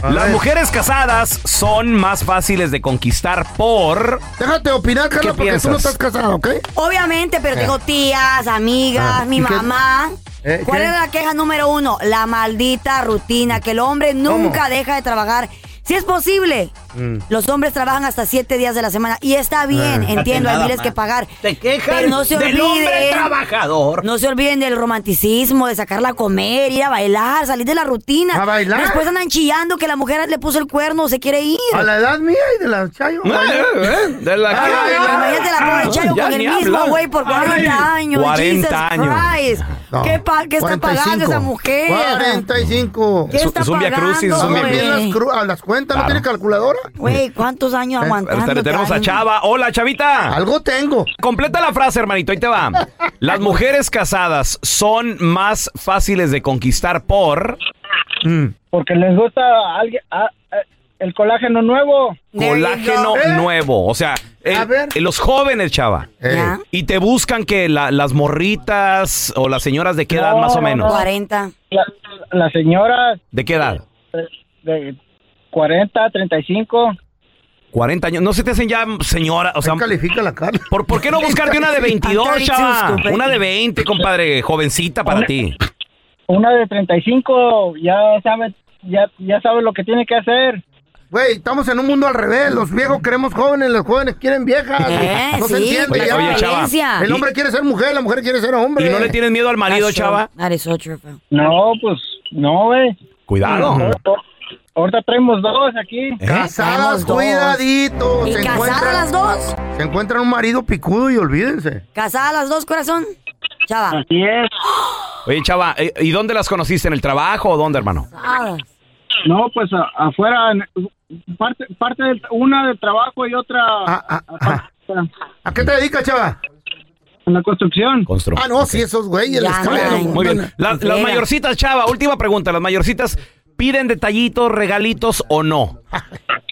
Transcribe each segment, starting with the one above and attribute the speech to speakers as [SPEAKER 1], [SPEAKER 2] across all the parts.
[SPEAKER 1] A
[SPEAKER 2] Las
[SPEAKER 1] ver.
[SPEAKER 2] mujeres casadas son más fáciles de conquistar por...
[SPEAKER 1] Déjate opinar, Carla,
[SPEAKER 2] ¿Qué
[SPEAKER 1] porque tú no
[SPEAKER 2] piensas?
[SPEAKER 1] estás casada, ¿ok?
[SPEAKER 3] Obviamente, pero tengo tías, amigas,
[SPEAKER 1] Eh. Ah,
[SPEAKER 3] mi
[SPEAKER 1] ¿y qué-
[SPEAKER 3] mamá.
[SPEAKER 1] Eh,
[SPEAKER 3] ¿Cuál
[SPEAKER 1] qué?
[SPEAKER 3] es la queja número uno? La maldita rutina, que el hombre nunca
[SPEAKER 1] ¿Cómo? Mm.
[SPEAKER 3] deja de trabajar. Si es posible, los hombres trabajan hasta siete días de la semana. Y está bien,
[SPEAKER 1] Ah.
[SPEAKER 3] entiendo, hay
[SPEAKER 4] nada
[SPEAKER 3] miles
[SPEAKER 4] más.
[SPEAKER 3] que pagar.
[SPEAKER 4] Te quejas
[SPEAKER 3] Pero no se
[SPEAKER 4] del hombre
[SPEAKER 3] olviden.
[SPEAKER 4] trabajador.
[SPEAKER 3] No se olviden del romanticismo, de sacarla a comer, ir a bailar, salir de la rutina.
[SPEAKER 1] ¿A bailar?
[SPEAKER 3] Después andan chillando que la mujer le puso el cuerno o se quiere ir.
[SPEAKER 1] A la edad mía y de la Chayo.
[SPEAKER 2] De la
[SPEAKER 3] Ay, Imagínate la pobre Chayo
[SPEAKER 2] Ya
[SPEAKER 3] con el
[SPEAKER 2] ni
[SPEAKER 3] mismo
[SPEAKER 2] hablar.
[SPEAKER 3] güey por 40
[SPEAKER 2] Ay,
[SPEAKER 3] años.
[SPEAKER 2] 40
[SPEAKER 3] Jesus
[SPEAKER 2] años.
[SPEAKER 3] Christ.
[SPEAKER 1] No,
[SPEAKER 3] ¿Qué, pa- qué está
[SPEAKER 1] 45.
[SPEAKER 3] pagando esa mujer?
[SPEAKER 1] 45.
[SPEAKER 3] ¿Qué
[SPEAKER 2] Es-
[SPEAKER 3] está
[SPEAKER 2] es un
[SPEAKER 3] pagando,
[SPEAKER 2] viacrucis, es un
[SPEAKER 3] güey?
[SPEAKER 1] Bien las, cru- a las cuentas, ¿no tiene calculadora?
[SPEAKER 3] Güey, ¿cuántos años aguantando?
[SPEAKER 2] Eh, Tenemos a Chava. Hola, Chavita.
[SPEAKER 1] Algo tengo.
[SPEAKER 2] Completa la frase, hermanito, ahí te va. Las mujeres casadas son más fáciles de conquistar por...
[SPEAKER 5] porque les gusta a alguien a- a- el colágeno nuevo.
[SPEAKER 2] colágeno
[SPEAKER 1] ¿Eh?
[SPEAKER 2] nuevo. O sea, el-
[SPEAKER 1] A ver.
[SPEAKER 2] los jóvenes, Chava.
[SPEAKER 1] Eh.
[SPEAKER 3] Ya,
[SPEAKER 2] Y te buscan que la- las morritas o las señoras de qué edad
[SPEAKER 5] No,
[SPEAKER 2] más o
[SPEAKER 5] no,
[SPEAKER 2] menos.
[SPEAKER 5] no.
[SPEAKER 3] 40.
[SPEAKER 5] La- Las señoras
[SPEAKER 2] ¿De qué edad?
[SPEAKER 5] de 40, 35,
[SPEAKER 2] 40 años. No se te hacen ya señora. O sea,
[SPEAKER 1] Ahí califica la Carla.
[SPEAKER 2] ¿por, por qué no buscarte una de 22,
[SPEAKER 3] Acá
[SPEAKER 2] chava?
[SPEAKER 3] dices tú,
[SPEAKER 2] Una de 20, compadre, jovencita para ti.
[SPEAKER 5] una de 35 ya sabe ya ya sabe lo que tiene que hacer.
[SPEAKER 1] Güey, estamos en un mundo al revés. Los viejos queremos jóvenes, los jóvenes quieren viejas.
[SPEAKER 3] Eh,
[SPEAKER 1] no se
[SPEAKER 3] sí,
[SPEAKER 1] entiende
[SPEAKER 3] la
[SPEAKER 2] Oye,
[SPEAKER 1] ya.
[SPEAKER 2] oye, chava.
[SPEAKER 3] violencia.
[SPEAKER 1] El hombre quiere ser mujer, la mujer quiere ser hombre.
[SPEAKER 2] ¿Y no le tienes miedo al marido,
[SPEAKER 3] That's so-
[SPEAKER 2] chava?
[SPEAKER 3] that is so true, feo.
[SPEAKER 5] No, pues no, güey.
[SPEAKER 2] Cuidado.
[SPEAKER 5] Ahor- Ahorita traemos dos aquí.
[SPEAKER 1] Eh, Casadas,
[SPEAKER 3] Tenemos dos.
[SPEAKER 1] cuidaditos.
[SPEAKER 3] ¿Y
[SPEAKER 1] se
[SPEAKER 3] casadas
[SPEAKER 1] encuentran-
[SPEAKER 3] las dos?
[SPEAKER 1] Se encuentran un marido picudo y olvídense.
[SPEAKER 3] ¿Casadas las dos, corazón? Chava,
[SPEAKER 5] Así es.
[SPEAKER 2] Oye, chava, ¿eh, ¿y dónde las conociste? ¿En el trabajo o dónde, hermano?
[SPEAKER 3] casadas.
[SPEAKER 5] No, pues a- afuera en- parte parte del- una de trabajo y otra
[SPEAKER 1] Ah, ah, ah.
[SPEAKER 5] aparte,
[SPEAKER 1] ¿A qué te dedicas, chava?
[SPEAKER 5] en la construcción.
[SPEAKER 2] Constru.
[SPEAKER 1] Ah, no, sí, esos güeyes.
[SPEAKER 3] Ya,
[SPEAKER 1] les caben
[SPEAKER 3] no, no.
[SPEAKER 1] los
[SPEAKER 2] Muy bien.
[SPEAKER 1] montones.
[SPEAKER 2] La- las
[SPEAKER 3] Mira.
[SPEAKER 2] mayorcitas, chava, última pregunta. ¿Las mayorcitas piden detallitos, regalitos o no?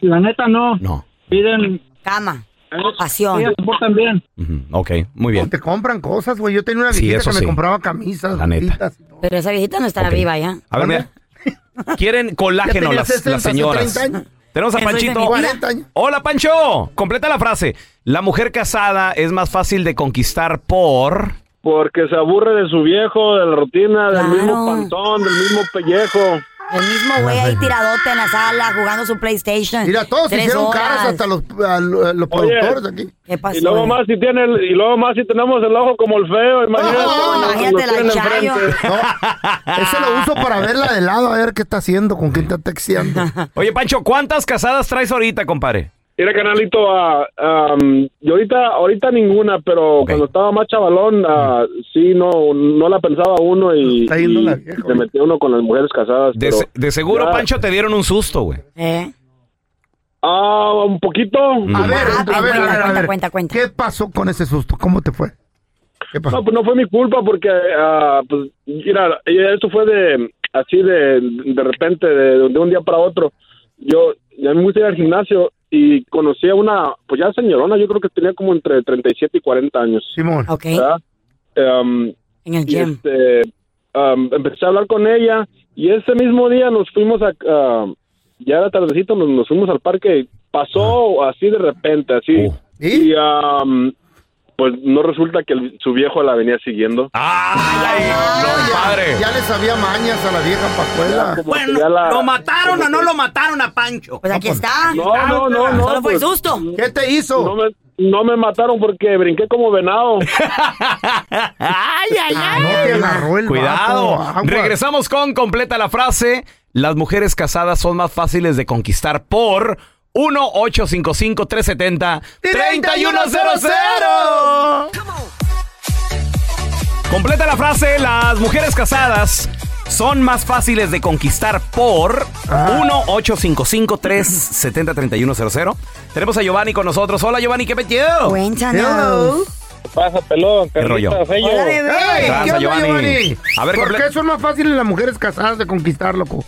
[SPEAKER 5] La neta no.
[SPEAKER 2] No.
[SPEAKER 5] Piden
[SPEAKER 3] Cama.
[SPEAKER 5] eh,
[SPEAKER 3] Pasión.
[SPEAKER 5] ellas se portan bien.
[SPEAKER 2] Ujú, Ok, muy bien.
[SPEAKER 1] Te compran cosas, güey. Yo tenía una
[SPEAKER 2] Sí,
[SPEAKER 1] viejita
[SPEAKER 2] eso
[SPEAKER 1] que
[SPEAKER 2] sí.
[SPEAKER 1] me compraba camisas,
[SPEAKER 2] La neta.
[SPEAKER 1] botitas y todo.
[SPEAKER 3] Pero esa viejita no estará
[SPEAKER 2] Ok.
[SPEAKER 3] viva ya.
[SPEAKER 2] A ver, mira. Quieren
[SPEAKER 1] Ya
[SPEAKER 2] colágeno
[SPEAKER 1] tenía
[SPEAKER 2] las,
[SPEAKER 1] 60,
[SPEAKER 2] las señoras.
[SPEAKER 1] 30 años.
[SPEAKER 2] Tenemos a
[SPEAKER 3] Eso es
[SPEAKER 2] Panchito.
[SPEAKER 3] de mi tía.
[SPEAKER 1] 40 años.
[SPEAKER 2] Hola, Pancho. Completa la frase. La mujer casada es más fácil de conquistar por.
[SPEAKER 6] Porque se aburre de su viejo, de la rutina,
[SPEAKER 3] Claro.
[SPEAKER 6] del mismo pantón, del mismo pellejo.
[SPEAKER 3] El mismo güey ahí tiradote en la sala jugando su PlayStation.
[SPEAKER 1] Mira, todos se
[SPEAKER 3] Tres
[SPEAKER 1] hicieron
[SPEAKER 3] horas.
[SPEAKER 1] caras hasta los, a lo- a los
[SPEAKER 6] Oye.
[SPEAKER 1] productores aquí.
[SPEAKER 3] ¿Qué pasó?
[SPEAKER 6] Y luego
[SPEAKER 3] güey?
[SPEAKER 6] más si tiene el- y luego más si tenemos el ojo como el feo, imagínate.
[SPEAKER 1] Ah,
[SPEAKER 6] cuando
[SPEAKER 3] imagínate
[SPEAKER 6] lo tienen
[SPEAKER 3] la Chayo.
[SPEAKER 6] enfrente.
[SPEAKER 1] No, ese lo uso para verla de lado, a ver qué está haciendo, con quién está texteando.
[SPEAKER 2] Oye, Pancho, ¿cuántas casadas traes ahorita, compadre?
[SPEAKER 6] Mira, canalito, ah, am, yo ahorita, ahorita ninguna, pero
[SPEAKER 2] Ok.
[SPEAKER 6] cuando estaba más chavalón, ah, sí, no, no la pensaba uno y,
[SPEAKER 1] Está yendo
[SPEAKER 6] y
[SPEAKER 1] la vieja,
[SPEAKER 6] se metió uno con las mujeres casadas.
[SPEAKER 2] De,
[SPEAKER 6] pero-
[SPEAKER 2] se- de seguro,
[SPEAKER 6] ya.
[SPEAKER 2] Pancho, te dieron un susto, güey.
[SPEAKER 3] ¿Eh?
[SPEAKER 6] Ah, un poquito.
[SPEAKER 1] A ver,
[SPEAKER 3] Ah, pues,
[SPEAKER 1] a ver,
[SPEAKER 3] cuenta,
[SPEAKER 1] a ver, a
[SPEAKER 3] cuenta,
[SPEAKER 1] ver.
[SPEAKER 3] cuenta, cuenta.
[SPEAKER 1] ¿Qué pasó con ese susto? ¿Cómo te fue? ¿Qué pasó?
[SPEAKER 6] No, pues no fue mi culpa porque, ah, pues, mira, esto fue de, así de, de repente, de, de un día para otro. Yo, ya me gusta ir al gimnasio y conocí a una, pues ya señorona, yo creo que tenía como entre 37 y 40 años,
[SPEAKER 1] Simón.
[SPEAKER 3] Ok,
[SPEAKER 7] Ah,
[SPEAKER 6] ¿verdad? Em,
[SPEAKER 3] en el
[SPEAKER 6] y
[SPEAKER 3] gym.
[SPEAKER 6] este, am, empecé a hablar con ella y ese mismo día nos fuimos a, a- ya era tardecito, nos,
[SPEAKER 5] Ah. Oh.
[SPEAKER 6] nos fuimos al parque. Pasó así de repente, así.
[SPEAKER 2] Uh.
[SPEAKER 6] Y am, pues no resulta que el- su viejo la venía siguiendo.
[SPEAKER 5] Ah.
[SPEAKER 2] ¡Ay,
[SPEAKER 1] ya,
[SPEAKER 2] compadre!
[SPEAKER 1] ya le sabía mañas a la vieja Pascuela.
[SPEAKER 6] Como que ya la- como que-
[SPEAKER 4] lo mataron a Pancho?
[SPEAKER 3] Pues aquí está.
[SPEAKER 6] No, no, no, no.
[SPEAKER 3] Solo fue
[SPEAKER 6] pues,
[SPEAKER 3] el susto.
[SPEAKER 1] ¿Qué te hizo?
[SPEAKER 6] No me, no me mataron porque brinqué como venado.
[SPEAKER 2] ¡Ay, ay,
[SPEAKER 1] Ah, no te agarró el
[SPEAKER 2] Cuidado.
[SPEAKER 1] vato, agua.
[SPEAKER 2] Regresamos con completa la frase. Las mujeres casadas son más fáciles de conquistar por 1-855-370-3100. Completa la frase. Las mujeres casadas son más fáciles de conquistar por
[SPEAKER 1] Ah.
[SPEAKER 2] 1-855-370-3100. Tenemos a Giovanni con nosotros. Hola, Giovanni, ¿qué metido?
[SPEAKER 3] Cuéntanos.
[SPEAKER 5] ¿Qué pasa, pelón?
[SPEAKER 2] ¿Qué rollo?
[SPEAKER 5] Carlitos, ellos.
[SPEAKER 3] Hola, bebé.
[SPEAKER 1] ¡Ey!
[SPEAKER 2] Tranza,
[SPEAKER 1] ¿Qué onda,
[SPEAKER 2] Giovanni?
[SPEAKER 1] Giovanni?
[SPEAKER 2] A ver,
[SPEAKER 1] ¿Por
[SPEAKER 2] comple-
[SPEAKER 1] qué son más fáciles las mujeres casadas de conquistar, loco?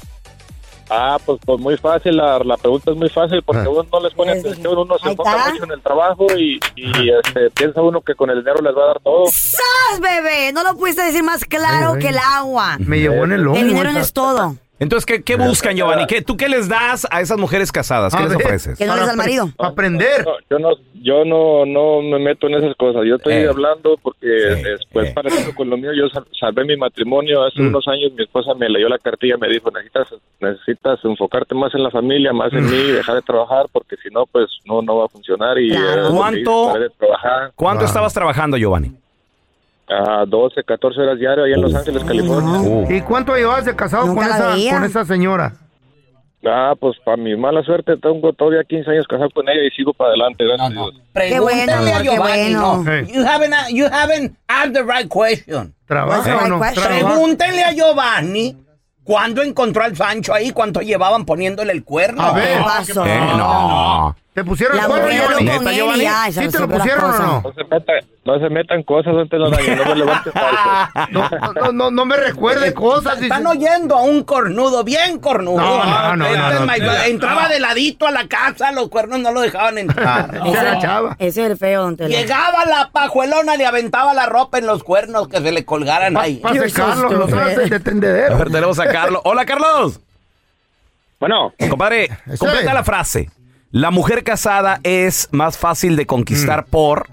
[SPEAKER 5] Ah, pues, pues muy fácil, la, la pregunta es muy fácil porque
[SPEAKER 1] Ah.
[SPEAKER 5] uno no les pone
[SPEAKER 3] Sí, sí.
[SPEAKER 5] atención, uno se
[SPEAKER 3] Ahí
[SPEAKER 5] enfoca
[SPEAKER 3] está.
[SPEAKER 5] mucho en el trabajo y, y, este, piensa uno que con el dinero les va a dar todo.
[SPEAKER 3] ¡Sas, bebé! No lo pudiste decir más claro
[SPEAKER 1] Ay, ay.
[SPEAKER 3] que el agua.
[SPEAKER 1] Me llevó en el hongo.
[SPEAKER 3] El dinero no
[SPEAKER 1] esa-
[SPEAKER 3] es todo.
[SPEAKER 2] Entonces, ¿qué, qué buscan, Giovanni? ¿Qué, ¿Tú qué les das a esas mujeres casadas? ¿Qué
[SPEAKER 1] A
[SPEAKER 2] les
[SPEAKER 1] ver,
[SPEAKER 2] ofreces?
[SPEAKER 3] Que no
[SPEAKER 1] para
[SPEAKER 3] les da el
[SPEAKER 1] apre-
[SPEAKER 3] marido.
[SPEAKER 1] para aprender.
[SPEAKER 5] Ah, No, yo no, yo no, no me meto en esas cosas. Yo estoy
[SPEAKER 2] Eh.
[SPEAKER 5] hablando porque
[SPEAKER 2] Sí,
[SPEAKER 5] después
[SPEAKER 2] eh. Mm.
[SPEAKER 5] para eso con lo mío yo sal- salvé mi matrimonio hace unos años. Mi esposa me leyó la cartilla, me dijo necesitas, necesitas enfocarte más en la familia, más
[SPEAKER 2] Mm.
[SPEAKER 5] en mí, dejar de trabajar porque si no pues no, no va a funcionar y
[SPEAKER 3] Claro.
[SPEAKER 5] era lo que hice,
[SPEAKER 2] ¿Cuánto?
[SPEAKER 5] paré de trabajar
[SPEAKER 2] ¿Cuánto
[SPEAKER 1] Wow.
[SPEAKER 2] estabas trabajando, Giovanni?
[SPEAKER 5] a 12, 14 horas diario allá en Los Ángeles, California.
[SPEAKER 1] ¿Y cuánto llevabas de casado con
[SPEAKER 3] Nunca la
[SPEAKER 1] esa,
[SPEAKER 3] veía.
[SPEAKER 1] con esa señora?
[SPEAKER 5] Ah, pues para mi mala suerte tengo todavía 15 años casado con ella y sigo para adelante. gracias a Dios.
[SPEAKER 4] Pregúntale
[SPEAKER 3] bueno,
[SPEAKER 4] a
[SPEAKER 3] qué
[SPEAKER 4] Giovanni.
[SPEAKER 3] bueno.
[SPEAKER 4] no.
[SPEAKER 1] Sí.
[SPEAKER 4] You haven't, you haven't asked the right question.
[SPEAKER 1] ¿Trabaja
[SPEAKER 3] Wow.
[SPEAKER 1] o no?
[SPEAKER 3] Ay, cuál-
[SPEAKER 1] ¿Trabaja?
[SPEAKER 4] Pregúntenle a Giovanni cuándo encontró al Sancho ahí, cuánto llevaban poniéndole el cuerno.
[SPEAKER 1] A ver.
[SPEAKER 3] ¿Qué pasó?
[SPEAKER 2] Eh, no.
[SPEAKER 1] ¿Te pusieron el
[SPEAKER 3] La
[SPEAKER 1] cuerno,
[SPEAKER 3] mujer
[SPEAKER 1] Giovanni?
[SPEAKER 3] habló con
[SPEAKER 2] ¿Neta,
[SPEAKER 3] él
[SPEAKER 2] Giovanni?
[SPEAKER 3] y ya.
[SPEAKER 1] ¿Sí te lo pusieron o no?
[SPEAKER 5] No se, meta, no se metan cosas antes de los años, no me levantes falso.
[SPEAKER 1] No, no, no, no me recuerde cosas. dice-
[SPEAKER 4] Están oyendo a un cornudo, bien cornudo.
[SPEAKER 1] No, no, no,
[SPEAKER 4] Este
[SPEAKER 1] no,
[SPEAKER 4] es
[SPEAKER 1] no,
[SPEAKER 4] my-
[SPEAKER 1] no. Ah.
[SPEAKER 4] entraba de ladito a la casa, los cuernos no lo dejaban entrar.
[SPEAKER 1] Se la chava.
[SPEAKER 3] Eso es el feo, don Tela.
[SPEAKER 4] Llegaba la pajuelona, le aventaba la ropa en los cuernos que se le colgaran ahí.
[SPEAKER 1] Para secarlo, lo traes de- de
[SPEAKER 2] A
[SPEAKER 1] tendedero.
[SPEAKER 2] ver, tenemos a Carlos. Hola, Carlos.
[SPEAKER 5] Bueno,
[SPEAKER 2] Compadre,
[SPEAKER 1] Sí.
[SPEAKER 2] completa la frase. La mujer casada es más fácil de conquistar
[SPEAKER 1] Mm.
[SPEAKER 2] por...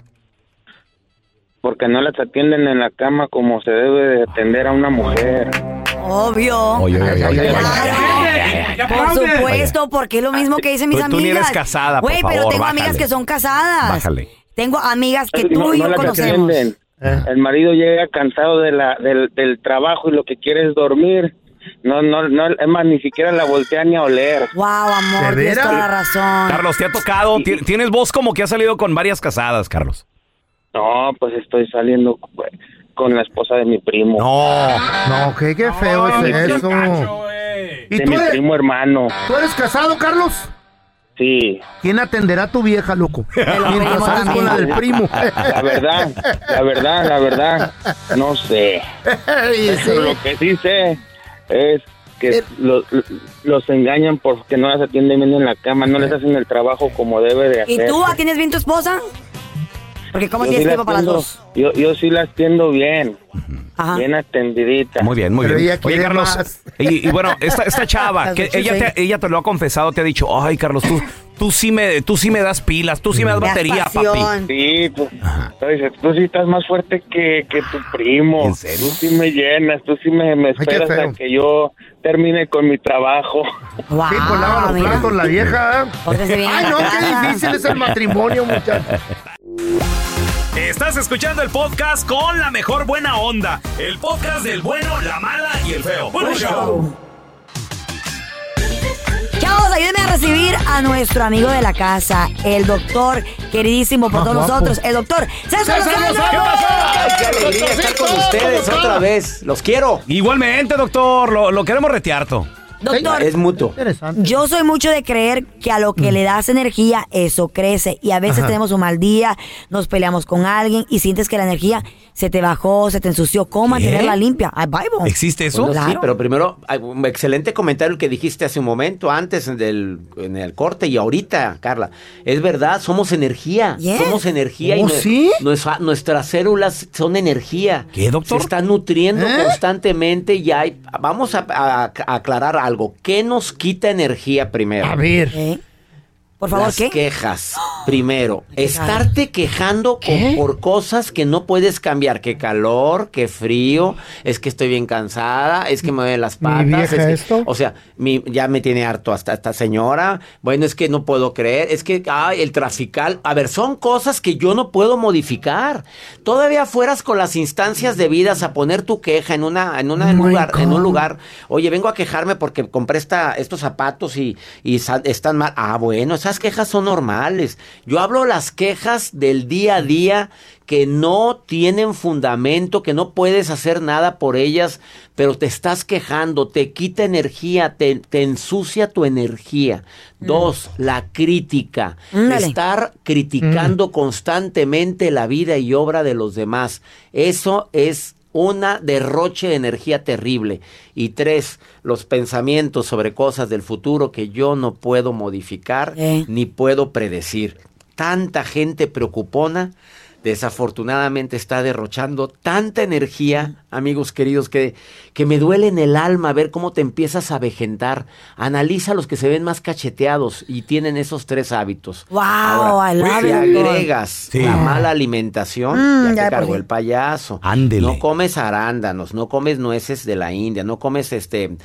[SPEAKER 5] porque no las atienden en la cama como se debe de atender a una mujer.
[SPEAKER 3] Obvio.
[SPEAKER 1] oye, oye, oye,
[SPEAKER 3] Claro. Por supuesto, porque es lo mismo que dicen mis
[SPEAKER 2] Tú- tú
[SPEAKER 3] amigas.
[SPEAKER 2] ni eres casada, por
[SPEAKER 3] Güey, pero
[SPEAKER 2] favor,
[SPEAKER 3] tengo
[SPEAKER 2] bájale.
[SPEAKER 3] amigas que son casadas.
[SPEAKER 2] Bájale.
[SPEAKER 3] Tengo amigas que
[SPEAKER 5] No-
[SPEAKER 3] tú y
[SPEAKER 5] no
[SPEAKER 3] yo
[SPEAKER 5] las
[SPEAKER 3] conocemos.
[SPEAKER 5] atienden.
[SPEAKER 1] Eh.
[SPEAKER 5] El marido llega cansado de la, del, del trabajo y lo que quiere es dormir. No, no, no, es más, ni siquiera la voltean ni a oler.
[SPEAKER 3] Wow, amor,
[SPEAKER 1] ¿De
[SPEAKER 3] tienes
[SPEAKER 1] veras?
[SPEAKER 3] toda la razón.
[SPEAKER 2] Carlos, te ha tocado. Ti- Tienes voz como que has salido con varias casadas, Carlos.
[SPEAKER 5] No, pues estoy saliendo pues, con la esposa de mi primo.
[SPEAKER 2] No.
[SPEAKER 1] No, qué, qué feo es eso. ¿Y
[SPEAKER 5] de
[SPEAKER 1] tú
[SPEAKER 5] mi
[SPEAKER 1] eres,
[SPEAKER 5] primo hermano.
[SPEAKER 1] tú eres casado, Carlos?
[SPEAKER 5] Sí,
[SPEAKER 1] ¿Quién atenderá a tu vieja, loco?
[SPEAKER 3] lo
[SPEAKER 1] Mientras
[SPEAKER 3] pedimos
[SPEAKER 1] sales
[SPEAKER 3] también.
[SPEAKER 1] con la del primo.
[SPEAKER 5] la verdad, la verdad, la verdad, no sé.
[SPEAKER 1] Ey, sí.
[SPEAKER 5] Pero lo que sí sé es que
[SPEAKER 2] Eh.
[SPEAKER 1] El-
[SPEAKER 5] lo- los engañan porque no las atienden bien en la cama, no les
[SPEAKER 2] Eh.
[SPEAKER 5] hacen el trabajo como debe de hacer.
[SPEAKER 3] ¿Y tú atiendes bien tu esposa? Porque ¿cómo
[SPEAKER 5] Yo
[SPEAKER 3] tienes
[SPEAKER 5] sí
[SPEAKER 3] tiempo
[SPEAKER 5] las
[SPEAKER 3] para las
[SPEAKER 5] atiendo-
[SPEAKER 3] dos?
[SPEAKER 5] Yo, yo sí las tiendo bien,
[SPEAKER 3] Ajá.
[SPEAKER 5] bien atendidita.
[SPEAKER 2] Ah. Muy bien, muy
[SPEAKER 1] Pero
[SPEAKER 2] bien.
[SPEAKER 1] ella quiere más.
[SPEAKER 2] Y, y bueno, esta, esta chava, que
[SPEAKER 3] Las
[SPEAKER 2] ella te, ella te lo ha confesado, te ha dicho, ay, Carlos, tú, tú, sí, me, tú sí me das pilas, tú sí
[SPEAKER 1] Mm.
[SPEAKER 2] me das
[SPEAKER 3] Me das
[SPEAKER 2] batería, papi.
[SPEAKER 3] pasión.
[SPEAKER 5] Sí, tú, tú dices, tú sí estás más fuerte que, que tu primo.
[SPEAKER 2] ¿En serio?
[SPEAKER 5] Tú sí me llenas, tú sí me, me
[SPEAKER 1] qué
[SPEAKER 5] esperas
[SPEAKER 1] feo.
[SPEAKER 5] a que yo termine con mi trabajo.
[SPEAKER 3] Wow,
[SPEAKER 1] Sí, pues lava los
[SPEAKER 3] mira.
[SPEAKER 1] platos la vieja. ¿eh?
[SPEAKER 3] Pórtese bien en
[SPEAKER 1] Ay,
[SPEAKER 3] la
[SPEAKER 1] no,
[SPEAKER 3] casa.
[SPEAKER 1] qué difícil es el matrimonio, muchachos.
[SPEAKER 2] Estás escuchando el podcast con la mejor buena onda. El podcast del bueno, la mala y el feo.
[SPEAKER 3] Chavos, ayúdenme a recibir a nuestro amigo de la casa, el doctor, queridísimo por
[SPEAKER 1] Ah,
[SPEAKER 3] todos
[SPEAKER 1] guapo.
[SPEAKER 3] nosotros, el doctor César Lozano.
[SPEAKER 4] ustedes otra vez. Los quiero.
[SPEAKER 2] Igualmente, doctor, lo, lo queremos retearto.
[SPEAKER 3] Doctor,
[SPEAKER 4] mutuo.
[SPEAKER 1] Interesante.
[SPEAKER 3] yo soy mucho de creer que a lo que le das energía, eso crece. Y a veces tenemos un mal día, nos peleamos con alguien y sientes que la energía se te bajó, se te ensució. ¿Cómo mantenerla limpia? Ay, Bible.
[SPEAKER 2] ¿Existe eso?
[SPEAKER 7] Bueno, Sí,
[SPEAKER 3] Claro.
[SPEAKER 7] pero primero, ay, un excelente comentario el que dijiste hace un momento, antes en el, en el corte y ahorita, Carla. Es verdad, somos energía.
[SPEAKER 3] Yes.
[SPEAKER 7] Somos energía y
[SPEAKER 1] Oh,
[SPEAKER 7] nue-
[SPEAKER 1] ¿sí?
[SPEAKER 7] nuestra- nuestras células son energía.
[SPEAKER 2] ¿Qué, doctor?
[SPEAKER 7] Se están nutriendo
[SPEAKER 1] ¿Eh?
[SPEAKER 7] constantemente y hay. Vamos a, a- a aclarar algo. ¿Qué nos quita energía primero?
[SPEAKER 1] A ver.
[SPEAKER 3] Ok. ¿Eh? Por favor,
[SPEAKER 7] Las
[SPEAKER 3] ¿qué?
[SPEAKER 7] quejas. Primero, estarte quejando con- por cosas que no puedes cambiar. Que calor, que frío, es que estoy bien cansada, es que me duelen las
[SPEAKER 1] Mi
[SPEAKER 7] patas.
[SPEAKER 1] vieja
[SPEAKER 7] es que-
[SPEAKER 1] esto.
[SPEAKER 7] o sea, mi, ya me tiene harto hasta esta señora. Bueno, es que no puedo creer. Es que, ay, el trafical. A ver, son cosas que yo no puedo modificar. Todavía fueras con las instancias debidas a poner tu queja en una, en una
[SPEAKER 1] Oh
[SPEAKER 7] en
[SPEAKER 1] my
[SPEAKER 7] lugar, en
[SPEAKER 1] God.
[SPEAKER 7] un lugar. Oye, vengo a quejarme porque compré esta, estos zapatos y, y sa- están mal. Ah, bueno, esas quejas son normales. Yo hablo las quejas del día a día que no tienen fundamento, que no puedes hacer nada por ellas, pero te estás quejando, te quita energía, te, te ensucia tu energía. Dos, la crítica.
[SPEAKER 3] Mm. Ándale. Mm.
[SPEAKER 7] Estar criticando constantemente la vida y obra de los demás. Eso es una derroche de energía terrible. Y tres, los pensamientos sobre cosas del futuro que yo no puedo modificar
[SPEAKER 3] Eh.
[SPEAKER 7] ni puedo predecir. Tanta gente preocupona desafortunadamente está derrochando tanta energía, amigos queridos, que, que me duele en el alma ver cómo te empiezas a vegetar. Analiza los que se ven más cacheteados y tienen esos tres hábitos.
[SPEAKER 3] Wow,
[SPEAKER 7] Ahora,
[SPEAKER 3] I love
[SPEAKER 7] si
[SPEAKER 3] it, doctor.
[SPEAKER 7] agregas la mala alimentación,
[SPEAKER 3] Mm, ya
[SPEAKER 7] ya,
[SPEAKER 3] de
[SPEAKER 7] te
[SPEAKER 3] por
[SPEAKER 7] cargó
[SPEAKER 3] sí.
[SPEAKER 7] el payaso.
[SPEAKER 8] Ándele.
[SPEAKER 7] No comes arándanos, no comes nueces de la India, no comes este,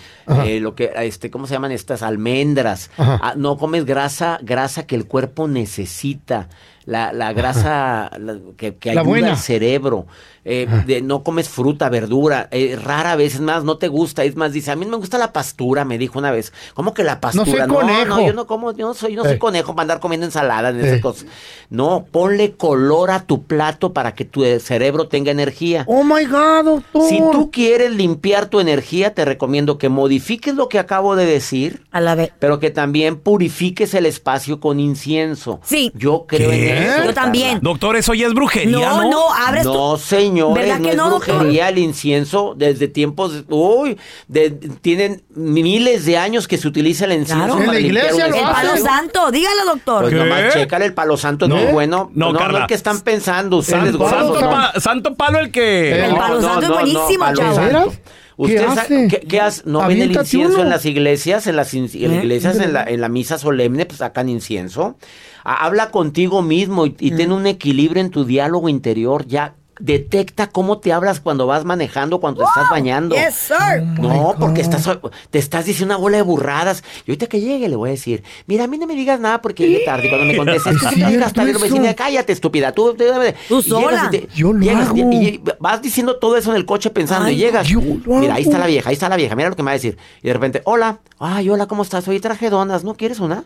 [SPEAKER 7] eh, lo que, este, ¿cómo se llaman estas? Almendras. Ah, no comes grasa, grasa que el cuerpo necesita. La, la grasa Ah, la- que, que
[SPEAKER 1] La
[SPEAKER 7] ayuda
[SPEAKER 1] buena.
[SPEAKER 7] al cerebro. Eh, de- no comes fruta, verdura. Eh, rara vez, es más, no te gusta. Es más, dice, a mí no me gusta la pastura, me dijo una vez. ¿Cómo que la
[SPEAKER 1] soy
[SPEAKER 7] pastura?
[SPEAKER 1] conejo.
[SPEAKER 7] yo no como, yo no soy, yo no soy
[SPEAKER 1] Eh.
[SPEAKER 7] conejo para andar comiendo ensalada ni esas
[SPEAKER 1] Eh.
[SPEAKER 7] cosas. No, ponle color a tu plato para que tu eh, cerebro tenga energía.
[SPEAKER 1] Oh my God, doctor.
[SPEAKER 7] Si tú quieres limpiar tu energía, te recomiendo que modifiques lo que acabo de decir,
[SPEAKER 3] A la vez.
[SPEAKER 7] pero que también purifiques el espacio con incienso.
[SPEAKER 3] Sí.
[SPEAKER 7] Yo creo
[SPEAKER 1] ¿Qué?
[SPEAKER 7] en eso.
[SPEAKER 3] Yo
[SPEAKER 7] Carla.
[SPEAKER 3] también.
[SPEAKER 2] Doctor, eso ya es brujería,
[SPEAKER 3] No,
[SPEAKER 2] ¿no?
[SPEAKER 3] no, abres tú.
[SPEAKER 7] No, señores,
[SPEAKER 3] ¿Verdad
[SPEAKER 7] no
[SPEAKER 3] que
[SPEAKER 7] es
[SPEAKER 3] no, doctor?
[SPEAKER 7] brujería el incienso desde tiempos, uy, de- tienen miles de años que se utiliza el incienso
[SPEAKER 3] Claro.
[SPEAKER 1] En
[SPEAKER 7] para
[SPEAKER 1] la
[SPEAKER 7] limpiar
[SPEAKER 1] iglesia
[SPEAKER 7] un
[SPEAKER 1] lo
[SPEAKER 3] El
[SPEAKER 1] hacen.
[SPEAKER 3] palo
[SPEAKER 7] espacio.
[SPEAKER 3] santo, dígalo, doctor.
[SPEAKER 7] Pues
[SPEAKER 2] ¿Qué?
[SPEAKER 7] nomás chécale, el palo santo es
[SPEAKER 2] No.
[SPEAKER 7] muy bueno.
[SPEAKER 2] No,
[SPEAKER 7] No, no,
[SPEAKER 2] Carla.
[SPEAKER 7] es que están pensando ustedes,
[SPEAKER 1] Santo
[SPEAKER 2] Santo,
[SPEAKER 7] gozando, no.
[SPEAKER 2] pa- santo palo el que.
[SPEAKER 1] Eh.
[SPEAKER 3] El palo santo es buenísimo,
[SPEAKER 7] palo
[SPEAKER 3] chavo.
[SPEAKER 7] santo.
[SPEAKER 1] ¿Veras?
[SPEAKER 7] ¿Usted
[SPEAKER 1] ¿Qué
[SPEAKER 7] sa-
[SPEAKER 1] hace?
[SPEAKER 7] ¿qué, qué hace? ¿No ven el
[SPEAKER 1] Aviéntate
[SPEAKER 7] incienso
[SPEAKER 1] uno.
[SPEAKER 7] en las iglesias? En las, in-
[SPEAKER 3] ¿Eh?
[SPEAKER 7] en las iglesias, en la, en la misa solemne, pues sacan incienso. Ha- Habla contigo mismo y, y
[SPEAKER 3] Mm.
[SPEAKER 7] ten un equilibrio en tu diálogo interior. Ya detecta cómo te hablas cuando vas manejando, cuando te estás bañando.
[SPEAKER 3] Yes, sir.
[SPEAKER 7] No, porque estás, te estás diciendo una bola de burradas. Y ahorita que llegue le voy a decir, mira, a mí no me digas nada porque llegué tarde. Y Cuando me contestes,
[SPEAKER 1] Es
[SPEAKER 7] tú te
[SPEAKER 1] cierto
[SPEAKER 7] digas tarde,
[SPEAKER 1] eso.
[SPEAKER 7] vecina, cállate, estúpida. Tú, tú-
[SPEAKER 3] Tú
[SPEAKER 7] y llegas
[SPEAKER 3] sola.
[SPEAKER 7] y te-
[SPEAKER 1] Yo lo
[SPEAKER 7] llegas y-
[SPEAKER 1] hago.
[SPEAKER 7] y- y vas diciendo todo eso en el coche pensando
[SPEAKER 3] Ay,
[SPEAKER 7] y llegas.
[SPEAKER 1] yo lo
[SPEAKER 7] Mira, ahí
[SPEAKER 1] hago.
[SPEAKER 7] está la vieja, ahí está la vieja, mira lo que me va a decir. Y de repente, hola, ay, hola, ¿cómo estás? Oye, traje donas, ¿no quieres una?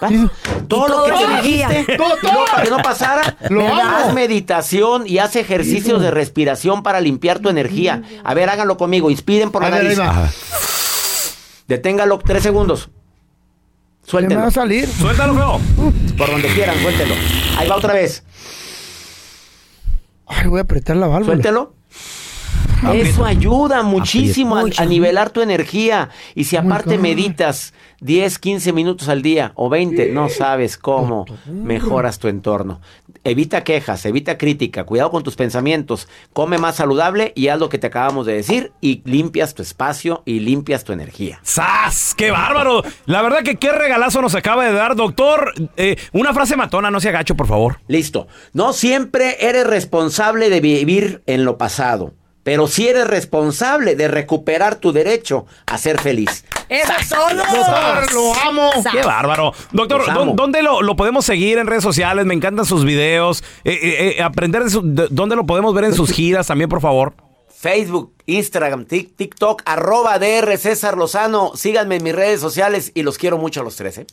[SPEAKER 7] Vas. Todo lo
[SPEAKER 3] todo
[SPEAKER 7] que
[SPEAKER 3] de
[SPEAKER 7] te dijiste,
[SPEAKER 1] energía.
[SPEAKER 7] y luego, para que no pasara,
[SPEAKER 1] Lo hago.
[SPEAKER 7] haz meditación y haz ejercicios de respiración para limpiar tu energía. A ver, háganlo conmigo, inspiren por
[SPEAKER 1] A
[SPEAKER 7] la
[SPEAKER 1] ver, ahí
[SPEAKER 7] nariz.
[SPEAKER 1] va.
[SPEAKER 7] Deténgalo tres segundos.
[SPEAKER 1] Se me va
[SPEAKER 7] Suéltenlo.
[SPEAKER 1] a salir.
[SPEAKER 2] Suéltalo, feo.
[SPEAKER 7] Por donde quieran, suéltelo. Ahí va otra vez.
[SPEAKER 1] Ay, voy a apretar la válvula.
[SPEAKER 7] Suéltelo. Eso ayuda
[SPEAKER 2] Ah,
[SPEAKER 7] muchísimo a,
[SPEAKER 3] Mucho.
[SPEAKER 7] a nivelar tu energía. Y si aparte meditas 10, 15 minutos al día o 20, no sabes cómo mejoras tu entorno. Evita quejas, evita crítica, cuidado con tus pensamientos, come más saludable y haz lo que te acabamos de decir y limpias tu espacio y limpias tu energía.
[SPEAKER 2] ¡Sas! ¡Qué bárbaro! La verdad que qué regalazo nos acaba de dar, doctor. Eh, una frase matona, no se agacho, por favor.
[SPEAKER 7] Listo. No siempre eres responsable de vivir en lo pasado, pero sí eres responsable de recuperar tu derecho a ser feliz.
[SPEAKER 3] ¡Eso es todo!
[SPEAKER 1] Doctor, lo amo.
[SPEAKER 3] Sas.
[SPEAKER 2] ¡Qué bárbaro! Doctor,
[SPEAKER 7] Los
[SPEAKER 2] ¿dó-
[SPEAKER 7] amo.
[SPEAKER 2] ¿dónde lo, lo podemos seguir en redes sociales? Me encantan sus videos. Eh, eh, eh, aprender de su- de- dónde lo podemos ver en sus giras también, por favor.
[SPEAKER 7] Facebook, Instagram, Tik- TikTok, arroba DR César Lozano. Síganme en mis redes sociales y los quiero mucho a los tres. ¿eh?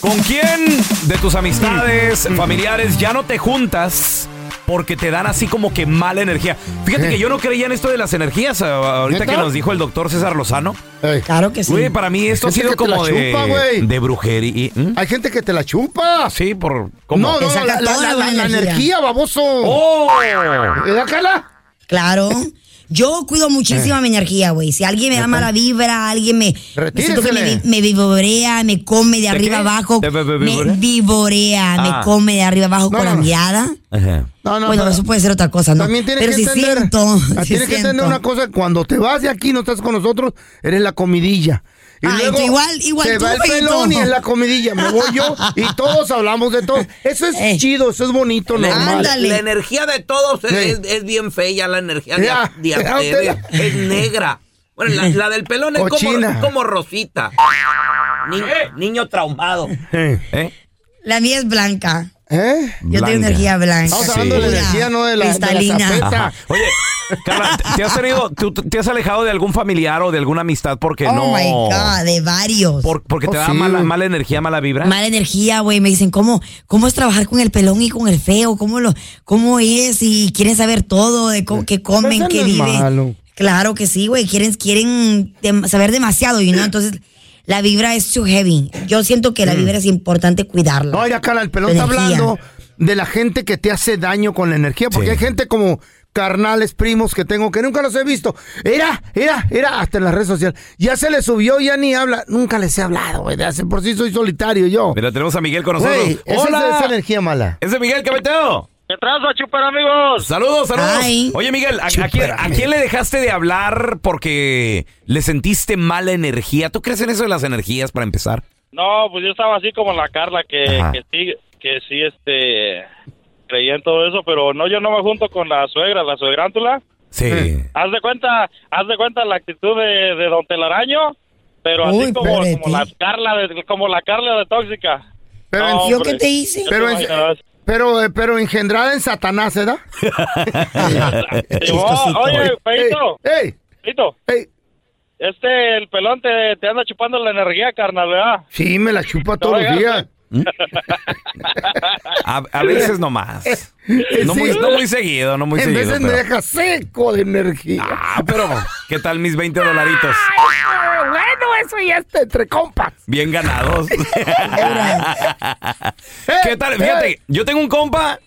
[SPEAKER 2] ¿Con quién de tus amistades,
[SPEAKER 1] Mm.
[SPEAKER 2] familiares ya no te juntas? Porque te dan así como que mala energía. Fíjate que yo no creía en esto de las energías, ah, ahorita
[SPEAKER 1] ¿Neta?
[SPEAKER 2] que nos dijo el doctor César Lozano.
[SPEAKER 1] Ey,
[SPEAKER 3] Claro que sí.
[SPEAKER 2] Güey, para mí esto ha
[SPEAKER 1] Gente
[SPEAKER 2] sido
[SPEAKER 1] que te la
[SPEAKER 2] como
[SPEAKER 1] chupa,
[SPEAKER 2] de,
[SPEAKER 1] güey.
[SPEAKER 2] de brujería. ¿Mm?
[SPEAKER 1] Hay gente que te la chupa.
[SPEAKER 2] Sí, por... ¿cómo?
[SPEAKER 1] No,
[SPEAKER 3] Te
[SPEAKER 1] no,
[SPEAKER 3] saca
[SPEAKER 1] la, la-
[SPEAKER 3] toda
[SPEAKER 1] la-
[SPEAKER 3] la
[SPEAKER 1] la
[SPEAKER 3] energía.
[SPEAKER 1] energía, baboso.
[SPEAKER 2] ¡Oh!
[SPEAKER 1] ¿Verdad, Carla?
[SPEAKER 3] Claro. Yo cuido
[SPEAKER 7] Eh.
[SPEAKER 3] muchísimo mi energía, güey. Si alguien me da mala vibra, alguien me, me siento que me,
[SPEAKER 1] Retíresele.
[SPEAKER 3] vi- me vivorea, me come de arriba
[SPEAKER 2] qué?
[SPEAKER 3] abajo,
[SPEAKER 2] ¿Te vi-
[SPEAKER 3] me
[SPEAKER 2] vi- vivorea?
[SPEAKER 3] vivorea,
[SPEAKER 2] Ah.
[SPEAKER 3] me come de arriba abajo
[SPEAKER 1] No,
[SPEAKER 3] con
[SPEAKER 1] no,
[SPEAKER 3] la
[SPEAKER 1] no.
[SPEAKER 3] mirada.
[SPEAKER 2] Ajá.
[SPEAKER 1] No, no,
[SPEAKER 3] bueno,
[SPEAKER 1] pero-
[SPEAKER 3] eso puede ser otra cosa, ¿no?
[SPEAKER 1] También tienes
[SPEAKER 3] Pero
[SPEAKER 1] que
[SPEAKER 3] si
[SPEAKER 1] entender,
[SPEAKER 3] siento,
[SPEAKER 1] ah,
[SPEAKER 3] si
[SPEAKER 1] tienes
[SPEAKER 3] siento.
[SPEAKER 1] que entender una cosa, cuando te vas de aquí no estás con nosotros, eres la comidilla. Y
[SPEAKER 3] Ay,
[SPEAKER 1] luego
[SPEAKER 3] igual- igual
[SPEAKER 1] se
[SPEAKER 3] tú,
[SPEAKER 1] va el
[SPEAKER 3] feíto.
[SPEAKER 1] pelón y en la comidilla me voy yo y todos hablamos de todo. Eso es chido, eso es bonito,
[SPEAKER 3] Le-
[SPEAKER 1] normal.
[SPEAKER 3] Ándale.
[SPEAKER 7] La energía de todos es,
[SPEAKER 1] Sí.
[SPEAKER 7] es- es bien fea, la energía de,
[SPEAKER 1] Ya,
[SPEAKER 7] de-
[SPEAKER 1] ya,
[SPEAKER 7] de-
[SPEAKER 1] usted
[SPEAKER 7] es negra. Bueno, la, la del pelón es como,
[SPEAKER 1] Cochina.
[SPEAKER 7] como rosita. Ni- niño traumado.
[SPEAKER 1] Eh,
[SPEAKER 3] La mía es blanca.
[SPEAKER 1] ¿Eh?
[SPEAKER 3] Yo tengo
[SPEAKER 2] Blanca.
[SPEAKER 3] energía blanca.
[SPEAKER 1] Estamos hablando de
[SPEAKER 3] pura,
[SPEAKER 1] energía, no de la, de la
[SPEAKER 3] cristalina.
[SPEAKER 1] tapeta.
[SPEAKER 2] Oye, Carla, ¿te has tenido, tú- tú- te has alejado de algún familiar o de alguna amistad porque
[SPEAKER 3] Oh
[SPEAKER 2] no?
[SPEAKER 3] my God, de varios.
[SPEAKER 2] por- porque te
[SPEAKER 1] Oh,
[SPEAKER 2] da
[SPEAKER 1] sí.
[SPEAKER 2] mala, mala energía, mala vibra.
[SPEAKER 3] Mala energía, güey. Me dicen, ¿cómo, ¿cómo es trabajar con el pelón y con el feo? ¿Cómo, lo, cómo es? Y quieren saber todo de cómo, qué
[SPEAKER 1] Eso
[SPEAKER 3] comen,
[SPEAKER 1] no
[SPEAKER 3] qué
[SPEAKER 1] es
[SPEAKER 3] viven.
[SPEAKER 1] malo.
[SPEAKER 3] Claro que sí, güey. Quieren, quieren dem- saber demasiado, y no Entonces, la vibra es too heavy. Yo siento que la vibra es importante cuidarla.
[SPEAKER 1] Mm. No, mira, Carla, el pelón
[SPEAKER 3] La
[SPEAKER 1] está
[SPEAKER 3] energía.
[SPEAKER 1] hablando de la gente que te hace daño con la energía, porque
[SPEAKER 2] Sí.
[SPEAKER 1] hay gente como carnales, primos que tengo que nunca los he visto. Era, era, era, hasta en las redes sociales. Ya se le subió, ya ni habla. Nunca les he hablado, güey. De hace por sí soy solitario yo.
[SPEAKER 2] Mira, tenemos a Miguel con nosotros.
[SPEAKER 1] Güey, esa es
[SPEAKER 2] ¡Hola!
[SPEAKER 1] esa energía mala.
[SPEAKER 2] ¿Es de Miguel Cabeteo?
[SPEAKER 8] ¿Qué trazo, chupar, amigos?
[SPEAKER 2] Saludos, saludos.
[SPEAKER 3] Ay.
[SPEAKER 2] Oye, Miguel, ¿a, a quién, a quién le dejaste de hablar porque le sentiste mala energía? ¿Tú crees en eso de las energías para empezar?
[SPEAKER 8] No, pues yo estaba así como la Carla, que,
[SPEAKER 2] Ajá.
[SPEAKER 8] que sí, que sí, este, creía en todo eso, pero no, yo no me junto con la suegra, la suegrántula.
[SPEAKER 2] Sí.
[SPEAKER 8] Haz de cuenta, haz de cuenta la actitud de, de Don Telaraño, pero
[SPEAKER 3] Uy,
[SPEAKER 8] así como,
[SPEAKER 3] pobre de ti.
[SPEAKER 8] como la Carla, de, como la Carla de tóxica.
[SPEAKER 1] Pero,
[SPEAKER 8] No,
[SPEAKER 1] en-
[SPEAKER 3] ¿Yo
[SPEAKER 8] hombre,
[SPEAKER 3] qué te hice?
[SPEAKER 8] ya te
[SPEAKER 1] pero, en-
[SPEAKER 8] imaginarás.
[SPEAKER 1] pero, eh, pero engendrada en Satanás, ¿eh, ¿verdad?
[SPEAKER 3] Chistosito.
[SPEAKER 8] Oye, Feito,
[SPEAKER 1] ¡Ey!
[SPEAKER 8] Feito,
[SPEAKER 1] ¡Ey!
[SPEAKER 8] este, el pelón te, te anda chupando la energía, carnal, ¿verdad?
[SPEAKER 1] Sí, me la chupa todos los
[SPEAKER 8] Oiga.
[SPEAKER 1] días.
[SPEAKER 2] A, a veces nomás. No
[SPEAKER 1] Eh, Sí.
[SPEAKER 2] muy, no muy seguido, no muy
[SPEAKER 1] en
[SPEAKER 2] seguido.
[SPEAKER 1] veces me
[SPEAKER 2] pero-
[SPEAKER 1] deja seco de energía.
[SPEAKER 2] Ah, pero ¿qué tal mis 20 dolaritos?
[SPEAKER 1] Ah, bueno, eso ya está entre compas.
[SPEAKER 2] Bien ganados. ¿Qué tal? Fíjate, yo tengo un compa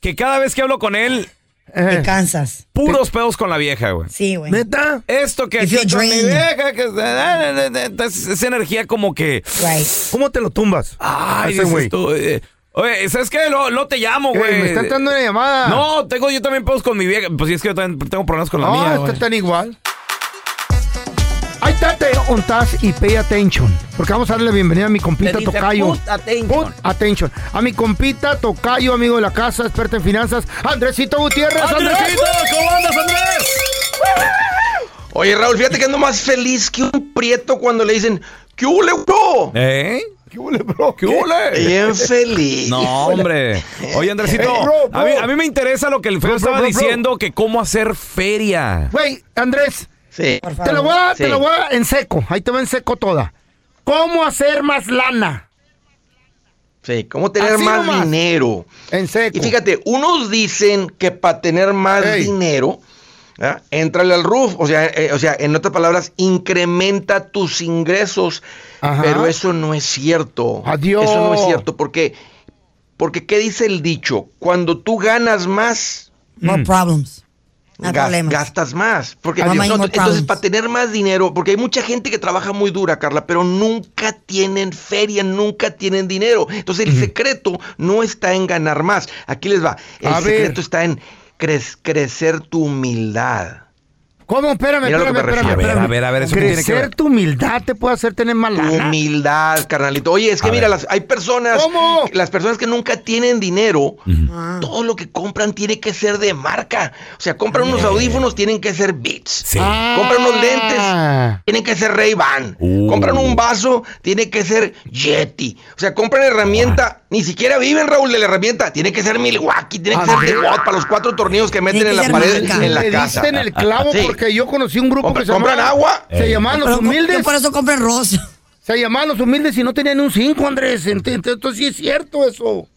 [SPEAKER 2] que cada vez que hablo con él,
[SPEAKER 3] Te
[SPEAKER 1] Eh,
[SPEAKER 3] cansas.
[SPEAKER 2] puros pedos con la vieja, güey.
[SPEAKER 3] Sí, güey.
[SPEAKER 1] ¿Neta?
[SPEAKER 2] Esto que
[SPEAKER 3] You
[SPEAKER 2] aquí
[SPEAKER 3] feel
[SPEAKER 2] con mi
[SPEAKER 3] drained.
[SPEAKER 2] vieja, que es- esa energía como que.
[SPEAKER 3] Right.
[SPEAKER 1] ¿Cómo te lo tumbas?
[SPEAKER 2] Ay,
[SPEAKER 1] Ese
[SPEAKER 2] dices
[SPEAKER 1] güey.
[SPEAKER 2] tú, eh, Oye, ¿sabes qué? Lo, lo te llamo,
[SPEAKER 1] Eh,
[SPEAKER 2] güey.
[SPEAKER 1] me está entrando una llamada.
[SPEAKER 2] No, tengo yo también pedos con mi vieja. Pues sí, es que yo también tengo problemas con la
[SPEAKER 1] No,
[SPEAKER 2] mía.
[SPEAKER 1] está
[SPEAKER 2] güey.
[SPEAKER 1] tan igual. Ahí está, te ontas y pay attention. Porque vamos a darle la bienvenida a mi compita
[SPEAKER 7] Le dice,
[SPEAKER 1] Tocayo.
[SPEAKER 7] "Put attention".
[SPEAKER 1] Put attention. A mi compita Tocayo, amigo de la casa, experto en finanzas, Andresito Gutiérrez.
[SPEAKER 2] ¡Andresito! ¿Cómo andas, Andrés?
[SPEAKER 9] Oye, Raúl, fíjate que ando más feliz que un prieto cuando le dicen, ¿qué hule, bro?
[SPEAKER 2] ¿Eh?
[SPEAKER 1] ¿Qué huele, bro?
[SPEAKER 2] ¿Qué ole?
[SPEAKER 9] Bien feliz.
[SPEAKER 2] No, hombre. Oye, Andresito,
[SPEAKER 1] Hey, bro, bro.
[SPEAKER 2] A, mí, a mí me interesa lo que el
[SPEAKER 1] Bro,
[SPEAKER 2] feo
[SPEAKER 1] bro,
[SPEAKER 2] estaba
[SPEAKER 1] bro, bro.
[SPEAKER 2] diciendo, que cómo hacer feria.
[SPEAKER 1] Güey, Andrés,
[SPEAKER 9] Sí.
[SPEAKER 1] te la voy a, te
[SPEAKER 9] Sí.
[SPEAKER 1] la voy a en seco. Ahí te va en seco toda. ¿Cómo hacer más lana?
[SPEAKER 9] Sí, ¿cómo tener
[SPEAKER 1] Así
[SPEAKER 9] más
[SPEAKER 1] nomás.
[SPEAKER 9] dinero?
[SPEAKER 1] En seco.
[SPEAKER 9] Y fíjate, unos dicen que para tener más
[SPEAKER 1] Ey.
[SPEAKER 9] dinero, ¿verdad? entrale al roof. O sea, eh, o sea, en otras palabras, incrementa tus ingresos.
[SPEAKER 1] Ajá.
[SPEAKER 9] Pero eso no es cierto.
[SPEAKER 1] Adiós.
[SPEAKER 9] Eso no es cierto. Porque, porque ¿qué dice el dicho? Cuando tú ganas más,
[SPEAKER 2] Mm.
[SPEAKER 3] More problems. No
[SPEAKER 9] Gas-
[SPEAKER 3] problemas.
[SPEAKER 9] gastas más. Porque
[SPEAKER 3] Mamá,
[SPEAKER 9] no,
[SPEAKER 3] no
[SPEAKER 9] entonces,
[SPEAKER 3] problems.
[SPEAKER 9] para tener más dinero, porque hay mucha gente que trabaja muy dura, Carla, pero nunca tienen feria, nunca tienen dinero. Entonces, el secreto no está en ganar más. Aquí les va. El
[SPEAKER 1] A ver.
[SPEAKER 9] secreto está en cre- crecer tu humildad.
[SPEAKER 1] ¿Cómo? Espérame,
[SPEAKER 9] Mira lo que
[SPEAKER 1] espérame,
[SPEAKER 9] me
[SPEAKER 1] espérame,
[SPEAKER 9] refiero.
[SPEAKER 1] espérame.
[SPEAKER 2] A ver, a ver, a ver, eso qué tiene
[SPEAKER 1] Crecer
[SPEAKER 2] que ver.
[SPEAKER 1] tu humildad te puede hacer tener más
[SPEAKER 9] Tu
[SPEAKER 1] lana.
[SPEAKER 9] humildad, carnalito. Oye, es que
[SPEAKER 2] A
[SPEAKER 9] mira,
[SPEAKER 2] ver.
[SPEAKER 9] las, hay personas,
[SPEAKER 1] ¿Cómo?
[SPEAKER 9] las personas que nunca tienen dinero, todo lo que compran tiene que ser de marca. O sea, compran unos audífonos, tienen que ser Beats.
[SPEAKER 2] Sí.
[SPEAKER 9] Compran unos
[SPEAKER 1] Ah.
[SPEAKER 9] lentes, tienen que ser Ray Ban.
[SPEAKER 2] Uh.
[SPEAKER 9] Compran un vaso, tiene que ser Yeti. O sea, compran herramienta, ni siquiera viven, Raúl, de la herramienta. Tiene que ser Milwaukee, tiene que
[SPEAKER 1] Ah,
[SPEAKER 9] ser
[SPEAKER 1] sí.
[SPEAKER 9] Tewot para los cuatro tornillos que meten
[SPEAKER 3] que
[SPEAKER 9] en la
[SPEAKER 3] ser
[SPEAKER 9] pared
[SPEAKER 3] marca.
[SPEAKER 9] en la
[SPEAKER 1] Le
[SPEAKER 9] casa.
[SPEAKER 1] diste en el clavo
[SPEAKER 9] Sí.
[SPEAKER 1] porque yo conocí un grupo
[SPEAKER 9] Compra-
[SPEAKER 1] que se
[SPEAKER 9] compran
[SPEAKER 1] llamaba-
[SPEAKER 9] agua.
[SPEAKER 1] Se llamaban
[SPEAKER 3] Pero
[SPEAKER 1] los
[SPEAKER 3] yo- Yo
[SPEAKER 1] humildes.
[SPEAKER 3] por eso compro arroz.
[SPEAKER 1] Se llamaban los humildes y no tenían un 5, Andrés. Ent- ent- Entonces sí es cierto eso.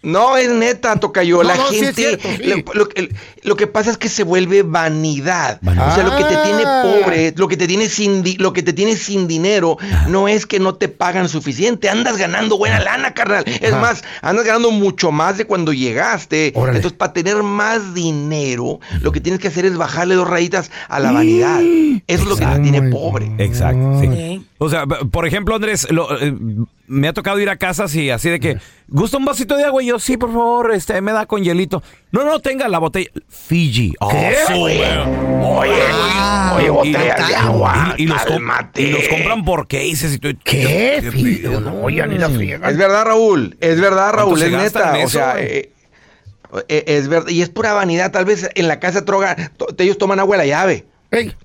[SPEAKER 9] No, es neta, Tocayo.
[SPEAKER 1] No,
[SPEAKER 9] la
[SPEAKER 1] no, sí es
[SPEAKER 9] gente.
[SPEAKER 1] cierto, sí.
[SPEAKER 9] lo, lo- el- lo que pasa es que se vuelve vanidad. O sea, lo que te tiene
[SPEAKER 1] Ah.
[SPEAKER 9] pobre, lo que te tiene sin, di- lo que te tiene sin dinero, no es que no te pagan suficiente. Andas ganando buena lana, carnal. Es
[SPEAKER 1] Ajá.
[SPEAKER 9] más, andas ganando mucho más de cuando llegaste.
[SPEAKER 1] Órale.
[SPEAKER 9] Entonces, para tener más dinero, lo que tienes que hacer es bajarle dos rayitas a la vanidad. Eso es lo que te
[SPEAKER 1] Exacto.
[SPEAKER 9] tiene
[SPEAKER 1] Oh my
[SPEAKER 9] pobre.
[SPEAKER 1] God.
[SPEAKER 2] Exacto, sí.
[SPEAKER 3] Ok.
[SPEAKER 2] O sea, b- por ejemplo, Andrés, lo, eh, me ha tocado ir a casas y así de que, ¿gusta un vasito de agua? Y yo, sí, por favor, este, me da con hielito. No, no, tenga la botella. Fiji. Oh,
[SPEAKER 10] ¿Qué?
[SPEAKER 2] sí, güey.
[SPEAKER 10] Oye, oye, botellas de agua,
[SPEAKER 2] Y, y los com-
[SPEAKER 9] cálmate.
[SPEAKER 2] y los compran por cases y tú.
[SPEAKER 1] Eh,
[SPEAKER 2] ¿Qué?
[SPEAKER 9] Fido?
[SPEAKER 2] No, ya ni la friegan.
[SPEAKER 9] Es verdad, Raúl. Es verdad, Raúl.
[SPEAKER 2] ¿Cuánto se
[SPEAKER 9] Es
[SPEAKER 2] gasta
[SPEAKER 9] neta.
[SPEAKER 2] en
[SPEAKER 9] O
[SPEAKER 2] eso,
[SPEAKER 9] sea,
[SPEAKER 2] güey?
[SPEAKER 9] eh, eh, es verdad. Y es pura vanidad. Tal vez en la casa troga, to- ellos toman agua de la llave.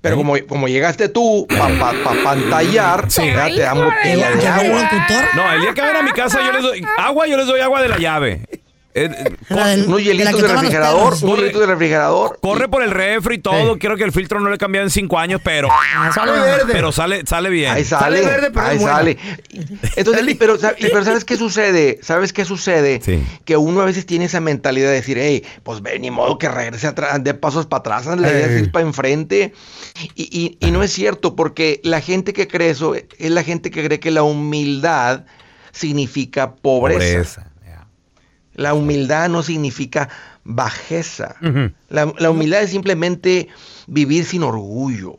[SPEAKER 9] Pero como, como llegaste tú para pantallar, ya te dan botella de agua.
[SPEAKER 2] No, el día que vengan a mi casa yo les doy agua, yo les doy agua de la llave. Eh, eh,
[SPEAKER 9] Unos hielitos de refrigerador, unos hielitos de refrigerador.
[SPEAKER 2] Corre por el refri y todo. Quiero que el filtro no le he cambiado en cinco años, pero. Ah,
[SPEAKER 9] Sale verde.
[SPEAKER 2] Pero sale, sale bien.
[SPEAKER 9] Ahí sale, ahí sale. Entonces, y- pero, sa- y- pero ¿sabes qué sucede? ¿Sabes qué sucede? Que uno a veces tiene esa mentalidad de decir, hey, pues ve, ni modo que regrese atrás, de pasos para atrás, la idea es ir para enfrente. Y, y- y no es cierto, porque la gente que cree eso eh, es la gente que cree que la humildad significa pobreza. La humildad no significa bajeza. La, la humildad es simplemente vivir sin orgullo.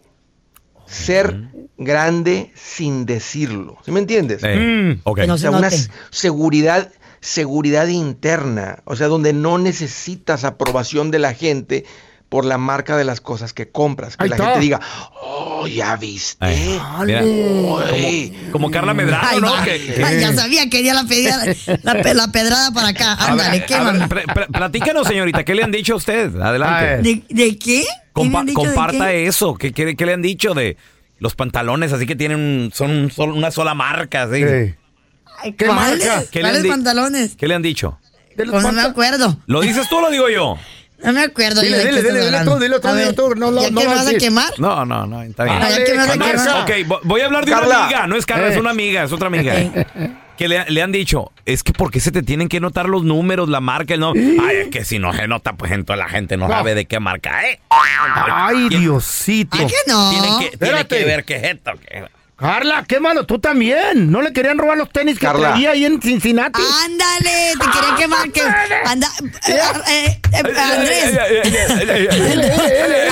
[SPEAKER 9] Ser grande sin decirlo. ¿Sí me entiendes?
[SPEAKER 2] Eh, Mm. ok. Que no
[SPEAKER 9] O
[SPEAKER 2] se
[SPEAKER 9] sea, una
[SPEAKER 2] note.
[SPEAKER 9] s- seguridad, seguridad interna. O sea, donde no necesitas aprobación de la gente por la marca de las cosas que compras. Que
[SPEAKER 10] Ahí
[SPEAKER 9] la
[SPEAKER 10] está.
[SPEAKER 9] gente diga, oh, ya viste.
[SPEAKER 2] Ay, Eh. mira,
[SPEAKER 9] Ay.
[SPEAKER 2] como, como Carla
[SPEAKER 9] Ah,
[SPEAKER 2] Medrano,
[SPEAKER 8] Ay,
[SPEAKER 2] ¿no?
[SPEAKER 8] va.
[SPEAKER 2] Que- que-
[SPEAKER 8] Ay, ya sabía que ya la pedía la, la pe- la pedrada para acá.
[SPEAKER 2] A ver,
[SPEAKER 8] Ándale,
[SPEAKER 2] a ver,
[SPEAKER 8] quémame.
[SPEAKER 2] pl- pl- platícanos, señorita, ¿qué le han dicho a usted? Adelante.
[SPEAKER 8] ¿De, de qué? ¿Qué me
[SPEAKER 2] Compa-
[SPEAKER 8] han dicho de
[SPEAKER 2] comparta
[SPEAKER 8] qué?
[SPEAKER 2] eso. ¿Qué, qué, qué le han dicho de los pantalones? Así que tienen un- son un sol- una sola marca. así?
[SPEAKER 1] Eh,
[SPEAKER 8] Ay,
[SPEAKER 2] ¿Qué
[SPEAKER 8] ¿Cuáles?
[SPEAKER 2] marca? ¿Qué le han
[SPEAKER 8] ¿Cuáles
[SPEAKER 2] di-
[SPEAKER 8] pantalones?
[SPEAKER 2] ¿Qué le han dicho?
[SPEAKER 8] Pues no me acuerdo.
[SPEAKER 2] ¿Lo dices tú o lo digo yo?
[SPEAKER 8] No me acuerdo.
[SPEAKER 1] Dile,
[SPEAKER 8] yo de
[SPEAKER 1] dile,
[SPEAKER 8] qué
[SPEAKER 1] dile,
[SPEAKER 8] estás
[SPEAKER 1] dile
[SPEAKER 8] hablando.
[SPEAKER 1] tú, dile tú,
[SPEAKER 8] A
[SPEAKER 1] dile
[SPEAKER 8] ver,
[SPEAKER 1] tú, no lo-
[SPEAKER 8] ¿Ya
[SPEAKER 1] no
[SPEAKER 8] que
[SPEAKER 1] lo
[SPEAKER 8] me vas a
[SPEAKER 1] decir.
[SPEAKER 8] quemar?
[SPEAKER 2] No, no, no, está bien.
[SPEAKER 8] Ah, ya que me vas a
[SPEAKER 2] Marca.
[SPEAKER 8] quemar.
[SPEAKER 2] Ok, vo- voy a hablar de una
[SPEAKER 8] Carla.
[SPEAKER 2] amiga. No es Carla, Eh. es una amiga, es otra amiga. Que le, le han dicho, es que porque se te tienen que notar los números, la marca, el nombre. Ay, es que si no se nota, pues entonces la gente no,
[SPEAKER 1] No.
[SPEAKER 2] sabe de qué marca es.
[SPEAKER 1] Ay, Diosito.
[SPEAKER 2] Ay, que no. Tienen que- tienen
[SPEAKER 1] Espérate.
[SPEAKER 2] que ver qué es esto, qué-
[SPEAKER 1] Carla, qué malo, tú también. No le querían robar los tenis que
[SPEAKER 2] Carla.
[SPEAKER 1] traía ahí en Cincinnati.
[SPEAKER 9] Ah,
[SPEAKER 8] Ándale, te quería quemar. Que, anda, eh, eh, eh, Andrés.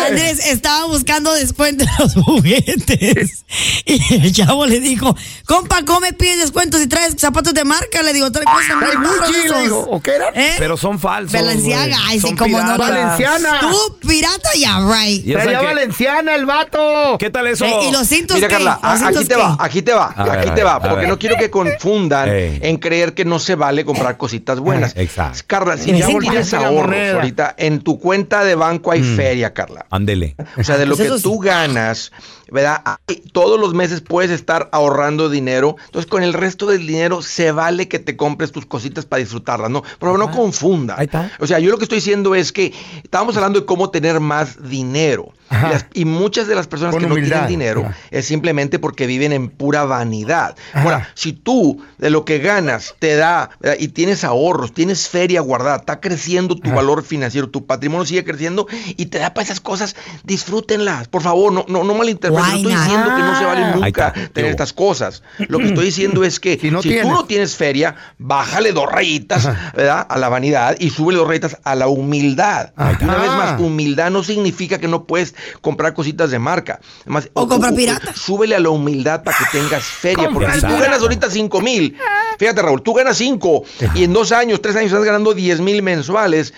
[SPEAKER 8] Andrés estaba buscando descuento en los juguetes. Y el chavo le dijo, compa, come, pides descuentos y traes zapatos de marca. Le digo, trae cosas
[SPEAKER 1] Trae Gucci, le digo, ¿o qué era?
[SPEAKER 2] Pero son falsos.
[SPEAKER 8] Valenciaga,
[SPEAKER 2] güey.
[SPEAKER 8] ay, sí,
[SPEAKER 2] Son
[SPEAKER 8] como no.
[SPEAKER 2] piratas.
[SPEAKER 1] Valenciana.
[SPEAKER 8] Tú, pirata, ya, right.
[SPEAKER 2] Ya saben que-
[SPEAKER 1] valenciana el vato.
[SPEAKER 2] ¿Qué tal eso?
[SPEAKER 8] Eh, ¿y los cintos
[SPEAKER 9] Mira,
[SPEAKER 8] qué?
[SPEAKER 9] Carla,
[SPEAKER 8] ¿Los
[SPEAKER 9] a- aquí
[SPEAKER 8] cintos
[SPEAKER 9] te
[SPEAKER 8] qué?
[SPEAKER 9] va, aquí te va,
[SPEAKER 2] A ver,
[SPEAKER 9] aquí
[SPEAKER 2] a
[SPEAKER 9] te
[SPEAKER 2] ver,
[SPEAKER 9] va,
[SPEAKER 2] a
[SPEAKER 9] porque
[SPEAKER 2] ver. Eh,
[SPEAKER 9] no quiero que confundan en creer que no se vale comprar cositas buenas.
[SPEAKER 2] Exacto.
[SPEAKER 9] Carla, si
[SPEAKER 2] Me
[SPEAKER 9] ya
[SPEAKER 2] siento
[SPEAKER 9] tienes
[SPEAKER 2] mal de la
[SPEAKER 9] ahorros
[SPEAKER 2] moneda.
[SPEAKER 9] ahorita, en tu cuenta de banco hay feria, Carla.
[SPEAKER 2] Ándele.
[SPEAKER 9] O sea, de lo
[SPEAKER 2] Pues
[SPEAKER 9] que
[SPEAKER 2] eso sí.
[SPEAKER 9] tú ganas, ¿verdad? Ay, Todos los meses puedes estar ahorrando dinero. Entonces, con el resto del dinero se vale que te compres tus cositas para disfrutarlas, ¿no? Pero no confunda. O sea, yo lo que estoy diciendo es que estábamos hablando de cómo tener más dinero. Y, las- y muchas de las personas
[SPEAKER 1] Con
[SPEAKER 9] que no
[SPEAKER 1] humildad.
[SPEAKER 9] tienen dinero
[SPEAKER 1] Ajá.
[SPEAKER 9] es simplemente porque viven en pura vanidad. Ahora, si tú de lo que ganas te da ¿verdad? y tienes ahorros, tienes feria guardada, está creciendo tu valor financiero, tu patrimonio sigue creciendo y te da para esas cosas, disfrútenlas. Por favor, no, no, no malinterpreten. No
[SPEAKER 1] Why
[SPEAKER 9] estoy
[SPEAKER 1] not?
[SPEAKER 9] diciendo que no se vale
[SPEAKER 1] Ahí
[SPEAKER 9] nunca
[SPEAKER 1] está,
[SPEAKER 9] tener
[SPEAKER 1] yo.
[SPEAKER 9] estas cosas. Lo que estoy diciendo es que si,
[SPEAKER 1] no
[SPEAKER 9] tú
[SPEAKER 1] tienes.
[SPEAKER 9] no tienes feria, bájale dos rayitas ¿verdad? a la vanidad y súbele dos rayitas a la humildad. Y Una vez más, humildad no significa que no puedes comprar cositas de marca. Además, o comprar pirata. Súbele a la humildad para que tengas feria.
[SPEAKER 10] Compra
[SPEAKER 9] Porque si tú
[SPEAKER 10] pirata.
[SPEAKER 9] ganas ahorita 5 mil, fíjate Raúl, tú ganas 5 y en dos años, tres años estás ganando 10 mil mensuales.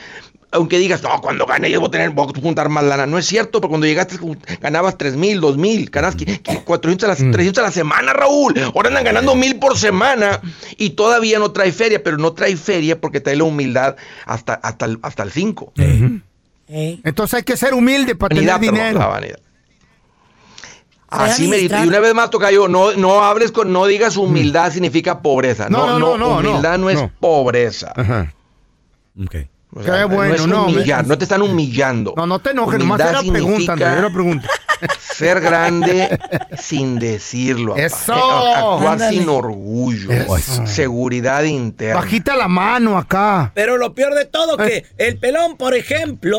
[SPEAKER 9] Aunque digas, no, cuando gane yo voy a tener, voy a juntar más lana. No es cierto, porque cuando llegaste jun- ganabas 3 mil, 2 mil, ganas 400 a la, 300 a la semana, Raúl. Ahora andan ganando mil por semana y todavía no trae feria, pero no trae feria porque trae la humildad hasta, hasta, el- hasta el 5.
[SPEAKER 1] Entonces hay que ser humilde para tener
[SPEAKER 9] Vanidad, perdón,
[SPEAKER 1] dinero.
[SPEAKER 9] la vanidad. Así merito.
[SPEAKER 1] administrar.
[SPEAKER 9] Y una vez más toca yo, no, no hables con, no digas humildad significa pobreza. No, no, no,
[SPEAKER 1] no, no,
[SPEAKER 9] humildad no, es
[SPEAKER 1] no.
[SPEAKER 9] pobreza. O sea,
[SPEAKER 1] Qué
[SPEAKER 9] no,
[SPEAKER 1] bueno, no,
[SPEAKER 9] es
[SPEAKER 1] me-
[SPEAKER 9] humillar, no te están humillando.
[SPEAKER 1] No, no te enojes, nomás
[SPEAKER 9] Humildad
[SPEAKER 1] era pregunta, Andrés,
[SPEAKER 9] significa
[SPEAKER 1] era pregunta.
[SPEAKER 9] ser grande sin decirlo. papá.
[SPEAKER 1] Eso.
[SPEAKER 9] Eh, Actuar
[SPEAKER 1] Ándale.
[SPEAKER 9] sin orgullo. Seguridad interna.
[SPEAKER 1] Bajita la mano acá.
[SPEAKER 4] Pero lo peor de todo que el pelón, por ejemplo,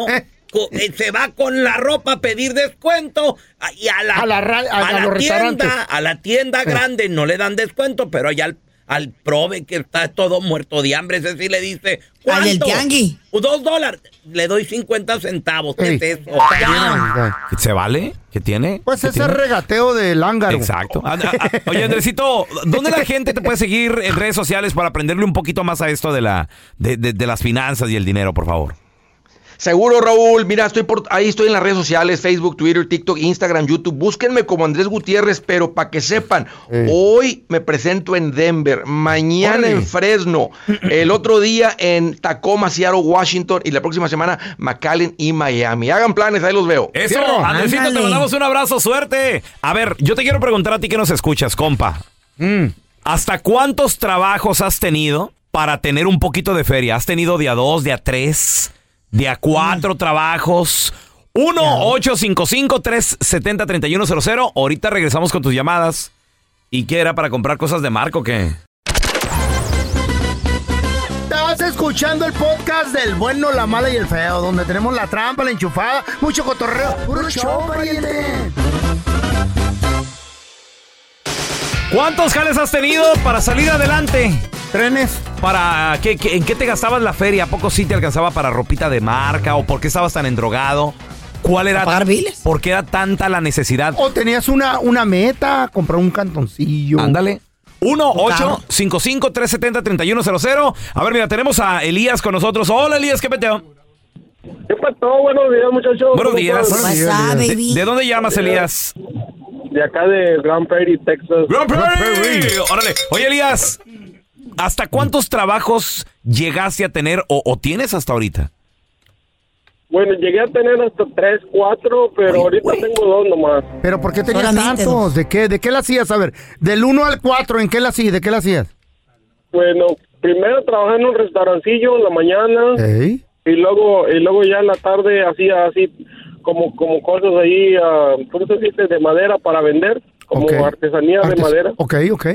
[SPEAKER 4] co- eh, se va con la ropa a pedir descuento a- y a la,
[SPEAKER 1] A la ra- a- a los
[SPEAKER 4] tienda,
[SPEAKER 1] restaurantes.
[SPEAKER 4] a la tienda grande no le dan descuento, pero allá al, al prove que está todo muerto de hambre. Ese sí le
[SPEAKER 8] Al
[SPEAKER 4] dice, ¿cuánto? Uh,
[SPEAKER 8] del tianguis.
[SPEAKER 4] Dos dólares. Le doy 50 centavos. ¿Qué es eso? Ah.
[SPEAKER 2] ¿Se vale? ¿Qué tiene?
[SPEAKER 1] Pues
[SPEAKER 2] ¿Qué
[SPEAKER 1] ese
[SPEAKER 2] tiene?
[SPEAKER 1] regateo de lángaro.
[SPEAKER 2] Exacto. Ah, ah, ah, Oye, Andresito, ¿dónde la gente te puede seguir en redes sociales para aprenderle un poquito más a esto de, la, de, de- de las finanzas y el dinero, por favor?
[SPEAKER 9] Seguro, Raúl. Mira, estoy por ahí estoy en las redes sociales, Facebook, Twitter, TikTok, Instagram, YouTube. Búsquenme como Andrés Gutiérrez, pero para que sepan, hoy me presento en Denver, mañana en Fresno, el otro día en Tacoma, Seattle, Washington y la próxima semana McAllen y Miami. Hagan planes, ahí los veo.
[SPEAKER 2] Eso, Andresito, te mandamos un abrazo, suerte. A ver, yo te quiero preguntar a ti que nos escuchas, compa. ¿Hasta cuántos trabajos has tenido para tener un poquito de feria? ¿Has tenido de a dos, de a tres, de a cuatro trabajos? 1-855-370-3100. Ahorita regresamos con tus llamadas. ¿Y qué era para comprar cosas de marco que
[SPEAKER 1] Estás escuchando el podcast del bueno, la mala y el feo, donde tenemos la trampa, la enchufada, mucho cotorreo. ¡Puro show, pariente!
[SPEAKER 2] ¿Cuántos jales has tenido para salir adelante?
[SPEAKER 1] Trenes.
[SPEAKER 2] Para ¿qué, qué- en qué te gastabas la feria? ¿A poco sí te alcanzaba para ropita de marca? ¿O por qué estabas tan endrogado? ¿Cuál era? ¿Por qué era tanta la necesidad?
[SPEAKER 1] O tenías una, una meta, comprar un cantoncillo.
[SPEAKER 2] Ándale. 1
[SPEAKER 1] Carro.
[SPEAKER 2] 8 55 370 3100 A ver, mira, tenemos a Elías con nosotros. Hola, Elías, ¿qué peteo?
[SPEAKER 11] ¿Qué pasó? Buenos días, muchachos.
[SPEAKER 2] Buenos
[SPEAKER 11] ¿Cómo
[SPEAKER 2] días.
[SPEAKER 11] están?
[SPEAKER 2] ¿De, de dónde llamas, Elías?
[SPEAKER 11] De acá de Grand Prairie, Texas.
[SPEAKER 2] Grand Prairie. Órale. Oye, Elías, ¿hasta cuántos trabajos llegaste a tener o, o tienes hasta ahorita?
[SPEAKER 11] Bueno, llegué a tener hasta tres, cuatro, pero ahorita tengo dos nomás.
[SPEAKER 1] ¿Pero por qué tenías
[SPEAKER 11] Solamente
[SPEAKER 1] tantos? ¿De qué, ¿De qué la hacías? A ver, del 1 al 4, ¿en qué la hacías? ¿De qué la hacías?
[SPEAKER 11] Bueno, primero trabajé en un restaurancillo en la mañana
[SPEAKER 2] Eh.
[SPEAKER 1] Ey.
[SPEAKER 11] y luego y luego ya en la tarde hacía así como como cosas ahí, ah, ¿cómo se dice? De madera para vender, como artesanía de madera.
[SPEAKER 1] Ok, ok.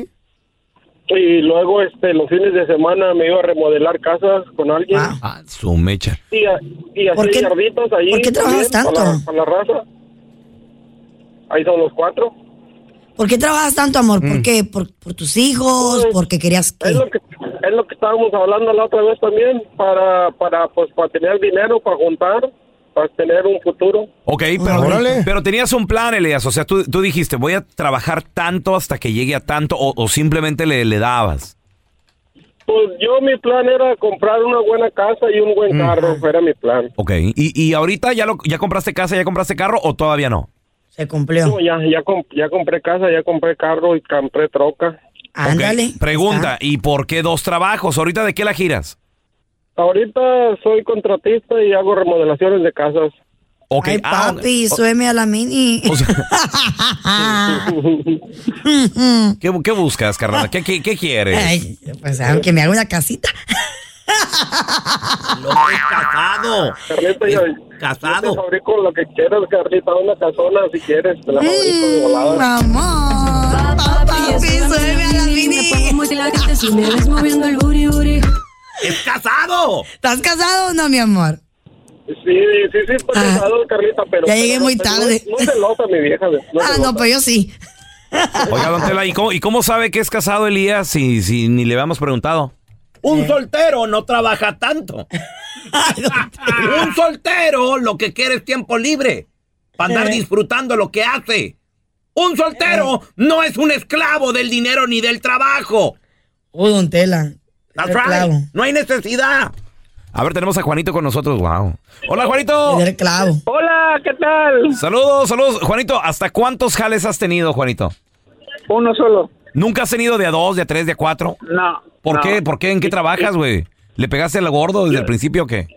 [SPEAKER 11] Y luego este los fines de semana me iba a remodelar casas con alguien.
[SPEAKER 2] Ah, Su mecha.
[SPEAKER 11] Y, a- y así yarditas ahí.
[SPEAKER 8] por qué trabajas
[SPEAKER 11] también, Para la,
[SPEAKER 8] tanto?
[SPEAKER 11] para la raza. Ahí son los cuatro.
[SPEAKER 8] ¿Por qué trabajas tanto, amor?
[SPEAKER 2] Mm.
[SPEAKER 8] ¿Por qué? ¿Por, por tus hijos? ¿Porque querías que...?
[SPEAKER 11] Es Pues, lo que estábamos hablando la otra vez también, para, para, pues, para tener dinero, para juntar, para tener un futuro.
[SPEAKER 2] Ok, pero, pero tenías un plan, Elías. O sea, tú, tú dijiste, voy a trabajar tanto hasta que llegue a tanto o, o simplemente le, le dabas.
[SPEAKER 11] Pues yo mi plan era comprar una buena casa y un buen carro, era mi plan.
[SPEAKER 2] Ok. ¿Y, y ahorita ya, lo, ya compraste casa, ya compraste carro o todavía no?
[SPEAKER 8] Se cumplió.
[SPEAKER 11] No, ya, ya, comp- ya compré casa, ya compré carro y compré troca.
[SPEAKER 2] Ándale. Pregunta, ¿y por qué dos trabajos? ¿Ahorita de qué la giras?
[SPEAKER 11] Ahorita soy contratista y hago remodelaciones de casas.
[SPEAKER 2] Ok, Ah,
[SPEAKER 8] Ay, papi, sueme a la mini.
[SPEAKER 2] ¿Qué, qué buscas, carnal? ¿Qué, qué, qué quieres?
[SPEAKER 8] Ay, pues aunque me haga una casita.
[SPEAKER 4] casado.
[SPEAKER 11] Carlita, yo, casado. Yo te fabrico lo que quieras, Carlita, una casona si quieres, te la fabrico de volada.
[SPEAKER 8] Mm, Papi, sueme a la mini.
[SPEAKER 12] Si me ves moviendo el booty, booty.
[SPEAKER 4] ¡Es casado!
[SPEAKER 8] ¿Estás casado o no, mi amor?
[SPEAKER 11] Sí, sí, sí, estoy casado, Carlita, pero...
[SPEAKER 8] Ah. Ya llegué
[SPEAKER 11] pero
[SPEAKER 8] muy
[SPEAKER 11] no-
[SPEAKER 8] tarde.
[SPEAKER 11] No, no se nota, mi vieja. No
[SPEAKER 8] Ah, no, pues yo sí.
[SPEAKER 2] Oiga, don Tela, ¿y cómo, y cómo sabe que es casado Elías si, si ni le habíamos preguntado?
[SPEAKER 4] Un soltero no trabaja tanto. un soltero lo que quiere es tiempo libre para andar
[SPEAKER 2] Eh.
[SPEAKER 4] disfrutando lo que hace. Un soltero no es un esclavo del dinero ni del trabajo.
[SPEAKER 8] Uh, don Tela.
[SPEAKER 4] That's
[SPEAKER 8] Era
[SPEAKER 4] right.
[SPEAKER 8] clavo.
[SPEAKER 4] No hay necesidad.
[SPEAKER 2] A ver, tenemos a Juanito con nosotros. Wow. Hola, Juanito.
[SPEAKER 11] Hola, ¿qué tal?
[SPEAKER 2] Saludos, saludos. Juanito, ¿hasta cuántos jales has tenido, Juanito?
[SPEAKER 11] Uno solo.
[SPEAKER 2] ¿Nunca has tenido de a dos, de a tres, de a cuatro?
[SPEAKER 11] No.
[SPEAKER 2] ¿Por
[SPEAKER 11] no.
[SPEAKER 2] qué? ¿Por qué? ¿En qué trabajas, güey? ¿Le pegaste al gordo desde el principio o qué?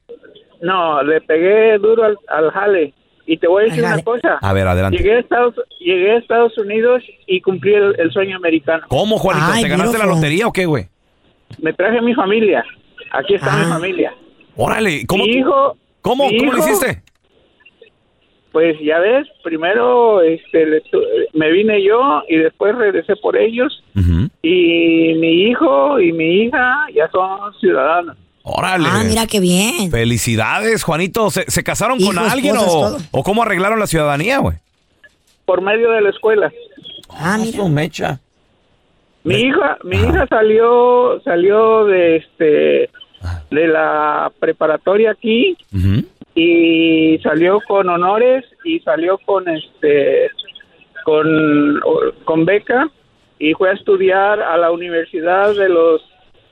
[SPEAKER 11] No, le pegué duro al, al jale. Y te voy a decir una cosa.
[SPEAKER 2] A ver, adelante.
[SPEAKER 11] Llegué a Estados, llegué a Estados Unidos y cumplí el, el sueño americano.
[SPEAKER 2] ¿Cómo, Juanito? ¿Te ganaste la lotería o qué, güey?
[SPEAKER 11] Me traje a mi familia. Aquí está mi familia.
[SPEAKER 2] Órale, Ah, ¿cómo
[SPEAKER 11] Mi
[SPEAKER 2] tú-
[SPEAKER 11] hijo,
[SPEAKER 2] ¿Cómo?
[SPEAKER 11] mi
[SPEAKER 2] ¿Cómo lo
[SPEAKER 11] hijo,
[SPEAKER 2] hiciste?
[SPEAKER 11] Pues ya ves, primero este, le tu- me vine yo y después regresé por ellos. Y mi hijo y mi hija ya son ciudadanos.
[SPEAKER 2] Órale.
[SPEAKER 11] Ah, mira
[SPEAKER 8] qué bien.
[SPEAKER 2] Felicidades, Juanito. ¿Se, se casaron con
[SPEAKER 11] Hijo,
[SPEAKER 2] alguien
[SPEAKER 11] esposas,
[SPEAKER 2] o,
[SPEAKER 11] todo.
[SPEAKER 2] o cómo arreglaron la ciudadanía, güey?
[SPEAKER 11] Por medio de la escuela.
[SPEAKER 8] Ah,
[SPEAKER 4] mira. mecha.
[SPEAKER 11] Mi hija, mi hija salió, salió de este,
[SPEAKER 2] Ah.
[SPEAKER 11] de la preparatoria aquí y salió con honores y salió con este, con, con beca y fue a estudiar a la universidad de los,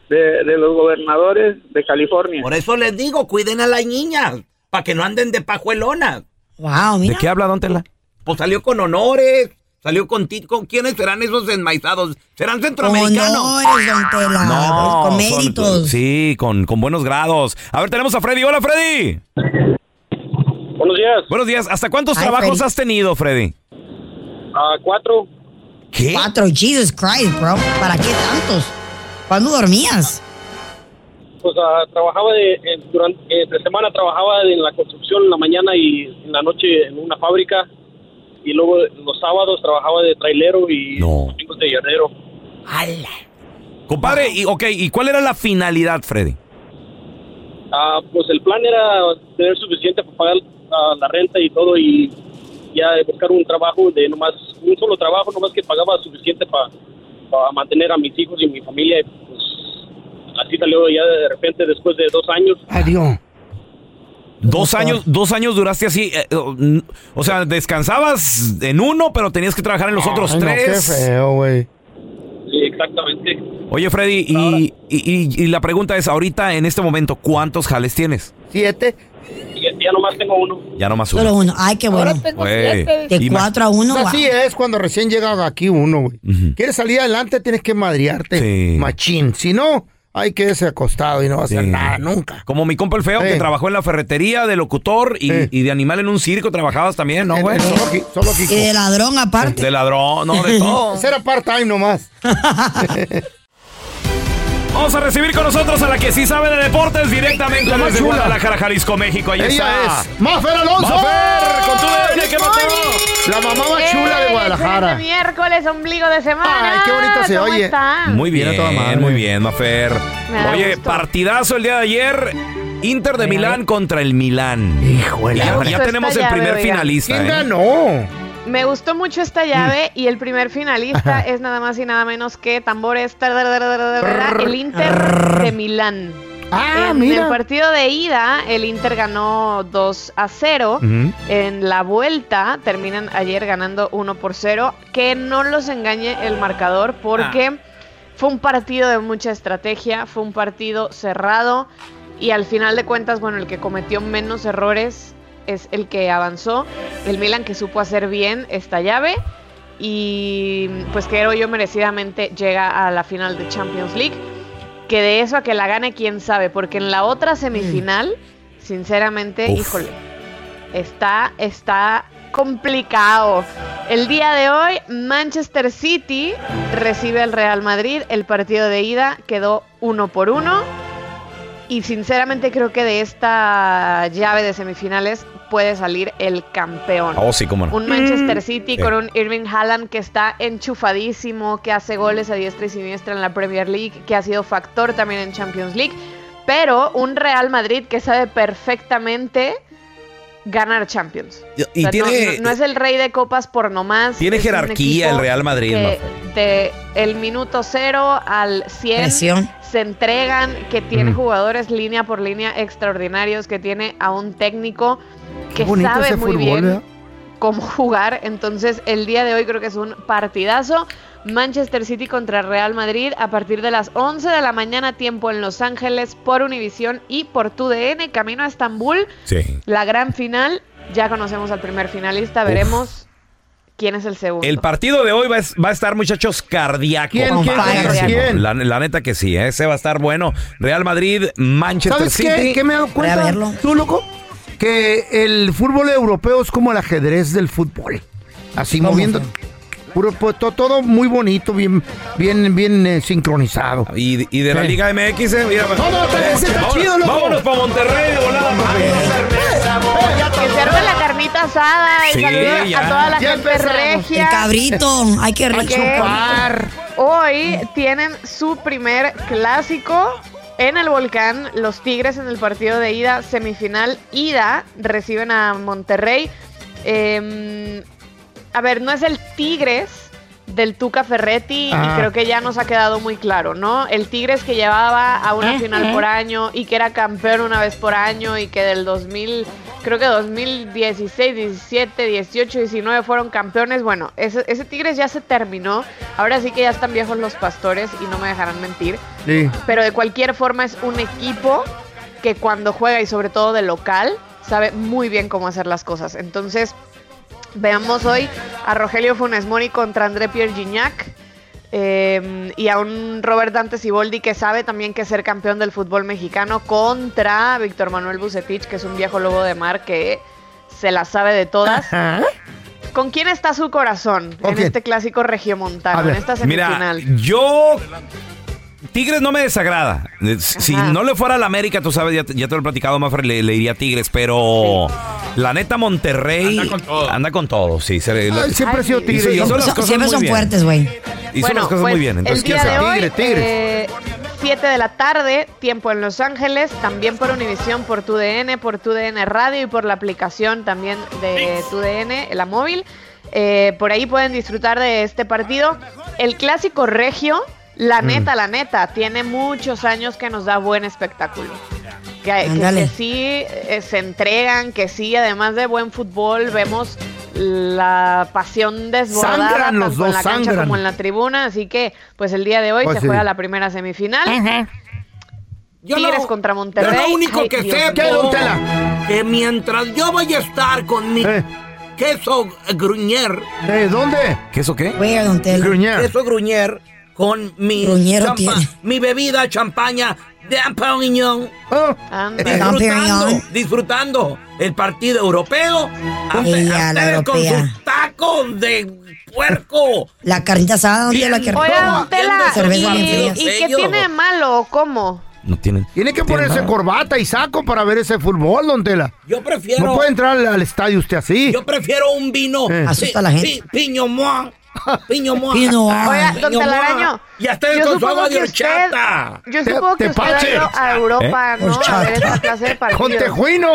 [SPEAKER 11] de, de los gobernadores de California.
[SPEAKER 4] Por eso les digo, cuiden a las niñas, para que no anden de pajuelona.
[SPEAKER 8] Wow,
[SPEAKER 2] ¿De qué habla, don Tela?
[SPEAKER 4] Pues salió con honores, salió con ti. ¿Con quiénes serán esos enmaizados? ¿Serán centroamericanos?
[SPEAKER 8] Honores, don Tela,
[SPEAKER 2] No,
[SPEAKER 8] con
[SPEAKER 2] con-
[SPEAKER 8] méritos.
[SPEAKER 2] sí, con, con buenos grados. A ver, tenemos a Freddy. Hola, Freddy.
[SPEAKER 13] Buenos días.
[SPEAKER 2] Buenos días. ¿Hasta cuántos
[SPEAKER 8] Ay,
[SPEAKER 2] trabajos
[SPEAKER 8] Freddy.
[SPEAKER 2] has tenido, Freddy?
[SPEAKER 13] Ah, cuatro.
[SPEAKER 2] ¿Qué?
[SPEAKER 8] Cuatro, Jesus Christ, bro. ¿Para qué tantos? ¿Cuándo dormías?
[SPEAKER 13] Pues ah, trabajaba de, en- durante, entre semana trabajaba en la construcción en la mañana y en la noche en una fábrica. Y luego los sábados trabajaba de trailero y los domingos de llanero.
[SPEAKER 2] Compadre, y, ok, ¿y cuál era la finalidad, Freddy?
[SPEAKER 13] Ah, pues el plan era tener suficiente para pagar ah, la renta y todo y ya buscar un trabajo de nomás, un solo trabajo nomás que pagaba suficiente para mantener a mis hijos y mi familia. Y, pues, así salió ya de repente después de dos años.
[SPEAKER 1] Adiós.
[SPEAKER 2] Dos años, dos años duraste así. eh, o- n- o sea, descansabas en uno, pero tenías que trabajar en los otros
[SPEAKER 1] Ay, no, qué
[SPEAKER 2] tres.
[SPEAKER 1] feo, güey.
[SPEAKER 13] Sí, exactamente.
[SPEAKER 2] Oye, Freddy, y, y- y- y la pregunta es, ahorita, en este momento, ¿cuántos jales tienes?
[SPEAKER 1] ¿Siete?
[SPEAKER 13] Ya, ya nomás tengo uno.
[SPEAKER 2] Ya no más uno.
[SPEAKER 8] Solo uno. Ay, qué bueno.
[SPEAKER 2] Güey.
[SPEAKER 8] De
[SPEAKER 2] Ima-
[SPEAKER 8] cuatro a uno, guau.
[SPEAKER 1] Así es cuando recién llega aquí uno, güey. Quieres salir adelante, tienes que madriarte. Machín. Si no, hay que irse acostado y no va a hacer
[SPEAKER 2] Sí.
[SPEAKER 1] nada nunca.
[SPEAKER 2] Como mi compa el feo, que
[SPEAKER 1] Sí.
[SPEAKER 2] trabajó en la ferretería de locutor y, y de animal en un circo, trabajabas también,
[SPEAKER 1] Eh,
[SPEAKER 2] ¿no, güey?
[SPEAKER 8] Y de ladrón aparte.
[SPEAKER 2] De ladrón, no, de todo.
[SPEAKER 1] Ese era part-time nomás.
[SPEAKER 2] Vamos a recibir con nosotros a la que sí sabe de deportes directamente
[SPEAKER 1] La más
[SPEAKER 2] desde
[SPEAKER 1] chula.
[SPEAKER 2] Guadalajara, Jalisco, México. Ahí
[SPEAKER 1] Ella
[SPEAKER 2] está.
[SPEAKER 1] es Mafer Alonso.
[SPEAKER 2] Mafer, con tu DN, ¿qué pasó?
[SPEAKER 1] La mamá más chula
[SPEAKER 7] Eh,
[SPEAKER 1] de Guadalajara.
[SPEAKER 14] miércoles, ombligo de semana.
[SPEAKER 1] Ay, qué bonito se
[SPEAKER 14] ¿Cómo
[SPEAKER 1] oye.
[SPEAKER 14] están?
[SPEAKER 2] Muy bien,
[SPEAKER 1] Bien a toda madre.
[SPEAKER 2] muy bien, Mafer.
[SPEAKER 14] Ah. Me da
[SPEAKER 2] Oye,
[SPEAKER 14] gusto.
[SPEAKER 2] partidazo el día de ayer. Inter de Milán contra el Milán. eh. Híjole.
[SPEAKER 14] Qué
[SPEAKER 2] Ya,
[SPEAKER 14] bonito
[SPEAKER 2] ya tenemos
[SPEAKER 14] está
[SPEAKER 2] el
[SPEAKER 14] llave,
[SPEAKER 2] primer
[SPEAKER 14] oigan.
[SPEAKER 2] finalista.
[SPEAKER 14] ¿Quién
[SPEAKER 2] ¿eh?
[SPEAKER 1] ganó?
[SPEAKER 14] Me gustó mucho esta llave y el primer finalista es nada más y nada menos que tambores tar, tar, tar, tar, tar, el Inter de Milán.
[SPEAKER 5] Ah,
[SPEAKER 7] Ah,
[SPEAKER 14] en
[SPEAKER 15] mira.
[SPEAKER 14] el partido de ida, el Inter ganó 2 a 0.
[SPEAKER 15] Ujú.
[SPEAKER 14] En la vuelta terminan ayer ganando 1 por 0. Que no los engañe el marcador porque fue un partido de mucha estrategia, fue un partido cerrado y al final de cuentas, bueno, el que cometió menos errores es el que avanzó. El Milan que supo hacer bien esta llave y pues creo yo merecidamente llega a la final de Champions League. Que de eso a que la gane, quién sabe, porque en la otra semifinal, sinceramente,
[SPEAKER 15] Uf.
[SPEAKER 14] híjole, está, está complicado. El día de hoy, Manchester City recibe al Real Madrid. El partido de ida quedó uno por uno. Y sinceramente creo que de esta llave de semifinales puede salir el campeón.
[SPEAKER 2] Oh, sí, cómo no.
[SPEAKER 14] Un Manchester City
[SPEAKER 2] Sí.
[SPEAKER 14] con un Irving Haaland que está enchufadísimo, que hace goles a diestra y siniestra en la Premier League, que ha sido factor también en Champions League. Pero un Real Madrid que sabe perfectamente ganar Champions.
[SPEAKER 2] Y- y
[SPEAKER 14] O sea, no-
[SPEAKER 2] tiene-
[SPEAKER 14] no, no es el rey de copas por nomás.
[SPEAKER 2] Tiene
[SPEAKER 14] es un
[SPEAKER 2] jerarquía
[SPEAKER 14] equipo
[SPEAKER 2] el Real Madrid,
[SPEAKER 14] que
[SPEAKER 2] Mafer.
[SPEAKER 14] De el minuto cero al 100
[SPEAKER 8] Presión.
[SPEAKER 14] se entregan, que tiene
[SPEAKER 8] Mm.
[SPEAKER 14] jugadores línea por línea extraordinarios, que tiene a un técnico que
[SPEAKER 8] bonito
[SPEAKER 14] sabe
[SPEAKER 8] ese
[SPEAKER 14] muy
[SPEAKER 8] fútbol,
[SPEAKER 14] bien
[SPEAKER 8] ¿verdad?
[SPEAKER 14] cómo jugar. Entonces, el día de hoy creo que es un partidazo. Manchester City contra Real Madrid a partir de las 11 de la mañana, tiempo en Los Ángeles, por Univisión y por TUDN, camino a Estambul.
[SPEAKER 2] Sí.
[SPEAKER 14] La gran final, ya conocemos al primer finalista, veremos quién es el segundo.
[SPEAKER 2] El partido de hoy va, es- va a estar, muchachos, cardíaco.
[SPEAKER 14] ¿Quién, quién,
[SPEAKER 2] Buenísimo.
[SPEAKER 1] quién?
[SPEAKER 2] La, la neta que sí, ¿eh? ese va a estar bueno. Real Madrid, Manchester
[SPEAKER 1] ¿Sabes
[SPEAKER 2] City.
[SPEAKER 1] qué? ¿Qué me he dado cuenta? ¿Tú, loco? Que el fútbol europeo es como el ajedrez del fútbol. Así moviendo. Puro, pues, to- todo muy bonito, bien, bien, bien eh, sincronizado.
[SPEAKER 2] Y, y de la
[SPEAKER 1] Sí.
[SPEAKER 2] Liga MX, eh, mira,
[SPEAKER 1] Vamos, ese está
[SPEAKER 2] vámonos,
[SPEAKER 1] chido, loco.
[SPEAKER 2] Vámonos para Monterrey de volada.
[SPEAKER 14] Que se arme la carnita asada y
[SPEAKER 2] Sí,
[SPEAKER 14] saludos
[SPEAKER 2] ya.
[SPEAKER 14] a toda la
[SPEAKER 8] Ya
[SPEAKER 14] gente
[SPEAKER 8] empezamos.
[SPEAKER 14] regia.
[SPEAKER 8] El cabrito, hay que
[SPEAKER 14] Porque
[SPEAKER 2] Ah,
[SPEAKER 8] rechupar.
[SPEAKER 14] Hoy tienen su primer clásico en el volcán. Los Tigres en el partido de ida, semifinal ida, reciben a Monterrey. Em, a ver, no es el Tigres del Tuca Ferretti
[SPEAKER 15] Ah.
[SPEAKER 14] y creo que ya nos ha quedado muy claro, ¿no? El Tigres que llevaba a una
[SPEAKER 1] Ah,
[SPEAKER 15] Eh,
[SPEAKER 14] final
[SPEAKER 15] eh.
[SPEAKER 14] por año y que era campeón una vez por año y que del 2000, creo que 2016, 17, 18, 19 fueron campeones. Bueno, ese, ese Tigres ya se terminó. Ahora sí que ya están viejos los pastores y no me dejarán mentir.
[SPEAKER 1] Sí.
[SPEAKER 14] Pero de cualquier forma es un equipo que cuando juega y sobre todo de local sabe muy bien cómo hacer las cosas. Entonces, veamos hoy a Rogelio Funes Mori contra André Pierre Gignac. eh, y a un Robert Dante Siboldi que sabe también que ser campeón del fútbol mexicano contra Víctor Manuel Bucetich, que es un viejo lobo de mar que se la sabe de todas. ¿Con quién está su corazón
[SPEAKER 2] Ok.
[SPEAKER 14] en este clásico regiomontano, en esta
[SPEAKER 2] Mira,
[SPEAKER 14] semifinal?
[SPEAKER 2] yo. Tigres no me desagrada. Eh, s- Si no le fuera a la América, tú sabes, ya te, ya te lo he platicado, Mafre, le, le iría a Tigres, pero. La neta, Monterrey. Anda con todo. sí. se le-
[SPEAKER 1] Ay, siempre ha sido
[SPEAKER 2] hizo-
[SPEAKER 1] Tigres.
[SPEAKER 2] hizo las
[SPEAKER 8] Son-
[SPEAKER 2] cosas
[SPEAKER 8] siempre
[SPEAKER 2] muy
[SPEAKER 8] son
[SPEAKER 2] bien.
[SPEAKER 8] fuertes, güey.
[SPEAKER 2] Hizo las cosas muy bien. Entonces,
[SPEAKER 14] pues, el día
[SPEAKER 2] ¿quién
[SPEAKER 14] de
[SPEAKER 2] sabe?
[SPEAKER 14] hoy, 7 de la tarde, tiempo en Los Ángeles, también por Univisión, por TUDN, por TUDN Radio y por la aplicación también de TUDN, la móvil. Eh, por ahí pueden disfrutar de este partido. El clásico regio, la
[SPEAKER 15] Mm.
[SPEAKER 14] neta, la neta, tiene muchos años que nos da buen espectáculo. Que, que-
[SPEAKER 15] Ándale.
[SPEAKER 14] que sí eh, se entregan, que sí, además de buen fútbol, vemos la pasión desbordada
[SPEAKER 1] Sangran los
[SPEAKER 14] tanto
[SPEAKER 1] dos,
[SPEAKER 14] en la cancha
[SPEAKER 1] sangran.
[SPEAKER 14] como en la tribuna, así que pues el día de hoy
[SPEAKER 1] Pues
[SPEAKER 14] se
[SPEAKER 1] sí.
[SPEAKER 14] juega la primera semifinal.
[SPEAKER 4] Yo
[SPEAKER 14] Tigres
[SPEAKER 4] lo-
[SPEAKER 14] contra Monterrey.
[SPEAKER 4] Yo lo único
[SPEAKER 14] Ay,
[SPEAKER 4] que
[SPEAKER 14] Dios
[SPEAKER 4] sé
[SPEAKER 14] mío.
[SPEAKER 4] que mientras yo vaya a estar con mi queso gruñer.
[SPEAKER 1] ¿De Eh, dónde?
[SPEAKER 2] ¿Queso qué?
[SPEAKER 8] Juega, don Tela.
[SPEAKER 4] Queso gruñer con mi
[SPEAKER 8] Gruñero
[SPEAKER 4] champa-
[SPEAKER 8] tiene.
[SPEAKER 4] mi bebida champaña de Ampagnon.
[SPEAKER 1] Oh. Eh,
[SPEAKER 4] Disfrutando,
[SPEAKER 8] Ampagnon.
[SPEAKER 4] disfrutando el partido europeo. A-
[SPEAKER 8] Ey,
[SPEAKER 4] a
[SPEAKER 8] a la
[SPEAKER 4] ustedes con
[SPEAKER 8] europea.
[SPEAKER 4] sus tacos de puerco.
[SPEAKER 8] La carnita asada, don Tela, que
[SPEAKER 14] Oiga, don Tela,
[SPEAKER 8] Cerveza
[SPEAKER 14] ¿y,
[SPEAKER 8] bien fría.
[SPEAKER 14] y qué tiene de malo o cómo?
[SPEAKER 2] No tienen.
[SPEAKER 1] Tiene que ponerse
[SPEAKER 14] nada.
[SPEAKER 1] corbata y saco para ver ese fútbol, don Tela.
[SPEAKER 4] Yo prefiero.
[SPEAKER 1] No puede entrar al, al estadio usted así.
[SPEAKER 4] Yo prefiero un vino.
[SPEAKER 1] Eh. Asusta a la gente.
[SPEAKER 4] piño moa. Piño moa.
[SPEAKER 1] Piño moa.
[SPEAKER 14] Oiga, don
[SPEAKER 4] Piño moa.
[SPEAKER 14] Telaraño.
[SPEAKER 4] Y hasta
[SPEAKER 14] yo
[SPEAKER 4] con su
[SPEAKER 14] supongo
[SPEAKER 4] agua de
[SPEAKER 14] que usted-
[SPEAKER 4] horchata.
[SPEAKER 14] Yo supongo que usted ha ido a Europa, ¿no? A ver esta clase de partidos.
[SPEAKER 1] ¿Eh? Con tejuino.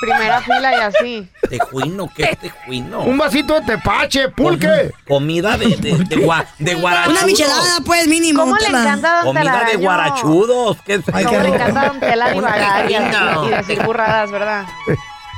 [SPEAKER 14] Primera fila y así.
[SPEAKER 4] Tejuino, ¿qué es tejuino?
[SPEAKER 1] Un vasito de tepache, pulque.
[SPEAKER 4] Comida de, de, de, gua- de guarachudos.
[SPEAKER 8] Una michelada, pues, mínimo.
[SPEAKER 14] ¿Cómo le
[SPEAKER 8] Tela.
[SPEAKER 14] encanta a don
[SPEAKER 4] Comida de
[SPEAKER 14] Telaraño?
[SPEAKER 4] guarachudos. ¿Qué es
[SPEAKER 14] ¿Cómo le encanta a don Tela divagar y,
[SPEAKER 4] Tejuino.
[SPEAKER 14] y decir burradas, verdad?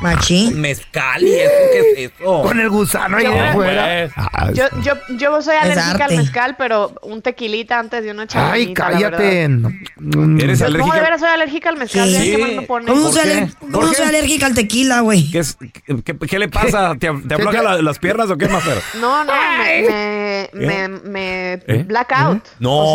[SPEAKER 8] Machín.
[SPEAKER 4] Mezcal y eso, ¿qué es eso?
[SPEAKER 1] Con el gusano ahí
[SPEAKER 4] Yo-
[SPEAKER 1] afuera. Ah,
[SPEAKER 14] Yo, yo, yo soy alérgica al
[SPEAKER 1] arte.
[SPEAKER 14] mezcal, pero un tequilita antes de una chavalita,
[SPEAKER 1] Ay, cállate. ¿Eres
[SPEAKER 14] ¿Cómo Pues, de veras soy alérgica al mezcal?
[SPEAKER 2] Sí.
[SPEAKER 14] Ya ¿Qué
[SPEAKER 2] Sí.
[SPEAKER 14] mal me pone?
[SPEAKER 8] ¿Cómo no
[SPEAKER 2] ¿Por
[SPEAKER 8] soy
[SPEAKER 2] qué?
[SPEAKER 8] aler-
[SPEAKER 2] ¿Por
[SPEAKER 8] cómo no
[SPEAKER 2] qué?
[SPEAKER 8] soy alérgica al tequila, güey?
[SPEAKER 2] ¿Qué, es- qué- qué- qué le pasa? ¿Te, te afloja la- las piernas o qué, Mafer?
[SPEAKER 14] No, no, me, me, me, me-
[SPEAKER 2] ¿Eh?
[SPEAKER 14] blackout.
[SPEAKER 2] No.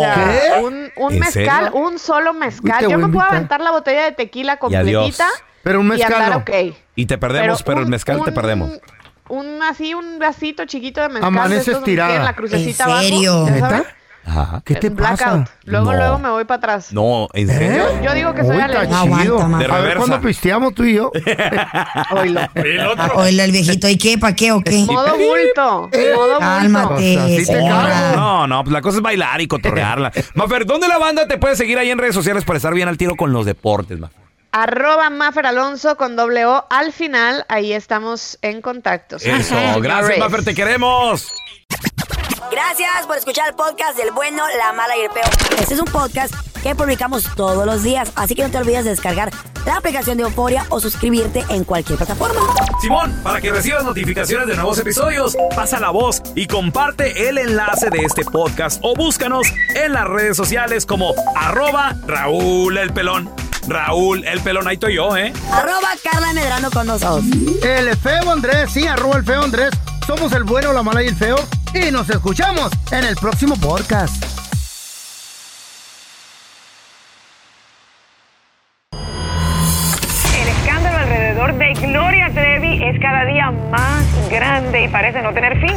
[SPEAKER 14] O sea,
[SPEAKER 2] ¿Qué?
[SPEAKER 14] un, un
[SPEAKER 2] ¿En
[SPEAKER 14] mezcal,
[SPEAKER 2] serio?
[SPEAKER 14] un solo mezcal.
[SPEAKER 2] Uy, te
[SPEAKER 14] Yo
[SPEAKER 2] voy a
[SPEAKER 14] me puedo
[SPEAKER 2] invitar.
[SPEAKER 14] aventar la botella de tequila
[SPEAKER 2] Y adiós.
[SPEAKER 14] completita.
[SPEAKER 2] Pero un mezcal
[SPEAKER 14] Y andar
[SPEAKER 2] no.
[SPEAKER 14] ok.
[SPEAKER 2] Y te perdemos, pero, el mezcal te perdemos.
[SPEAKER 14] Un así, un vasito chiquito de mezcal.
[SPEAKER 2] Amaneces
[SPEAKER 14] de estos donde
[SPEAKER 2] tirada.
[SPEAKER 14] tienen La crucecita
[SPEAKER 2] ¿En
[SPEAKER 14] abajo,
[SPEAKER 2] serio?
[SPEAKER 14] ya
[SPEAKER 2] ¿Neta?
[SPEAKER 14] sabes.
[SPEAKER 2] Ajá. ¿Qué
[SPEAKER 14] Eh, blackout. Luego, luego me voy para atrás.
[SPEAKER 2] No, ¿en serio?
[SPEAKER 14] Yo- yo digo que soy
[SPEAKER 1] ¿Eh? Uy,
[SPEAKER 14] alérgica.
[SPEAKER 1] está
[SPEAKER 14] No
[SPEAKER 1] chido.
[SPEAKER 14] aguanta, ma.
[SPEAKER 1] A
[SPEAKER 14] De
[SPEAKER 1] ver
[SPEAKER 14] reversa.
[SPEAKER 1] cuándo pisteamos tú y yo.
[SPEAKER 8] Ah, oíle el viejito, ¿y qué? ¿Para qué o qué?
[SPEAKER 14] Modo bulto. Modo
[SPEAKER 1] Ah.
[SPEAKER 8] Cálmate.
[SPEAKER 2] Cosas, sí te
[SPEAKER 8] señora.
[SPEAKER 2] calmo. No, no, pues la cosa es bailar y cotorrearla. Mafer, ¿dónde la banda te puede seguir ahí en redes sociales para estar bien al tiro con los deportes, Mafer?
[SPEAKER 14] Arroba Mafer Alonso con doble O al final. Ahí estamos en contacto.
[SPEAKER 2] Eso, gracias,
[SPEAKER 14] Arres.
[SPEAKER 2] Mafer, te queremos.
[SPEAKER 3] Gracias por escuchar el podcast del bueno, la mala y el peo. Este es un podcast que publicamos todos los días, así que no te olvides de descargar la aplicación de Euforia o suscribirte en cualquier plataforma.
[SPEAKER 2] Simón, para que recibas notificaciones de nuevos episodios, pasa la voz y comparte el enlace de este podcast o búscanos en las redes sociales como arroba Raúl el Pelón. Raúl el Pelón, ahí estoy yo, ¿eh?
[SPEAKER 3] Arroba Carla Medrano con nosotros.
[SPEAKER 1] El feo Andrés, sí, arroba el feo Andrés. Somos el bueno, la mala y el feo. Y nos escuchamos en el próximo podcast.
[SPEAKER 15] El escándalo alrededor de Gloria Trevi es cada día más grande y parece no tener fin.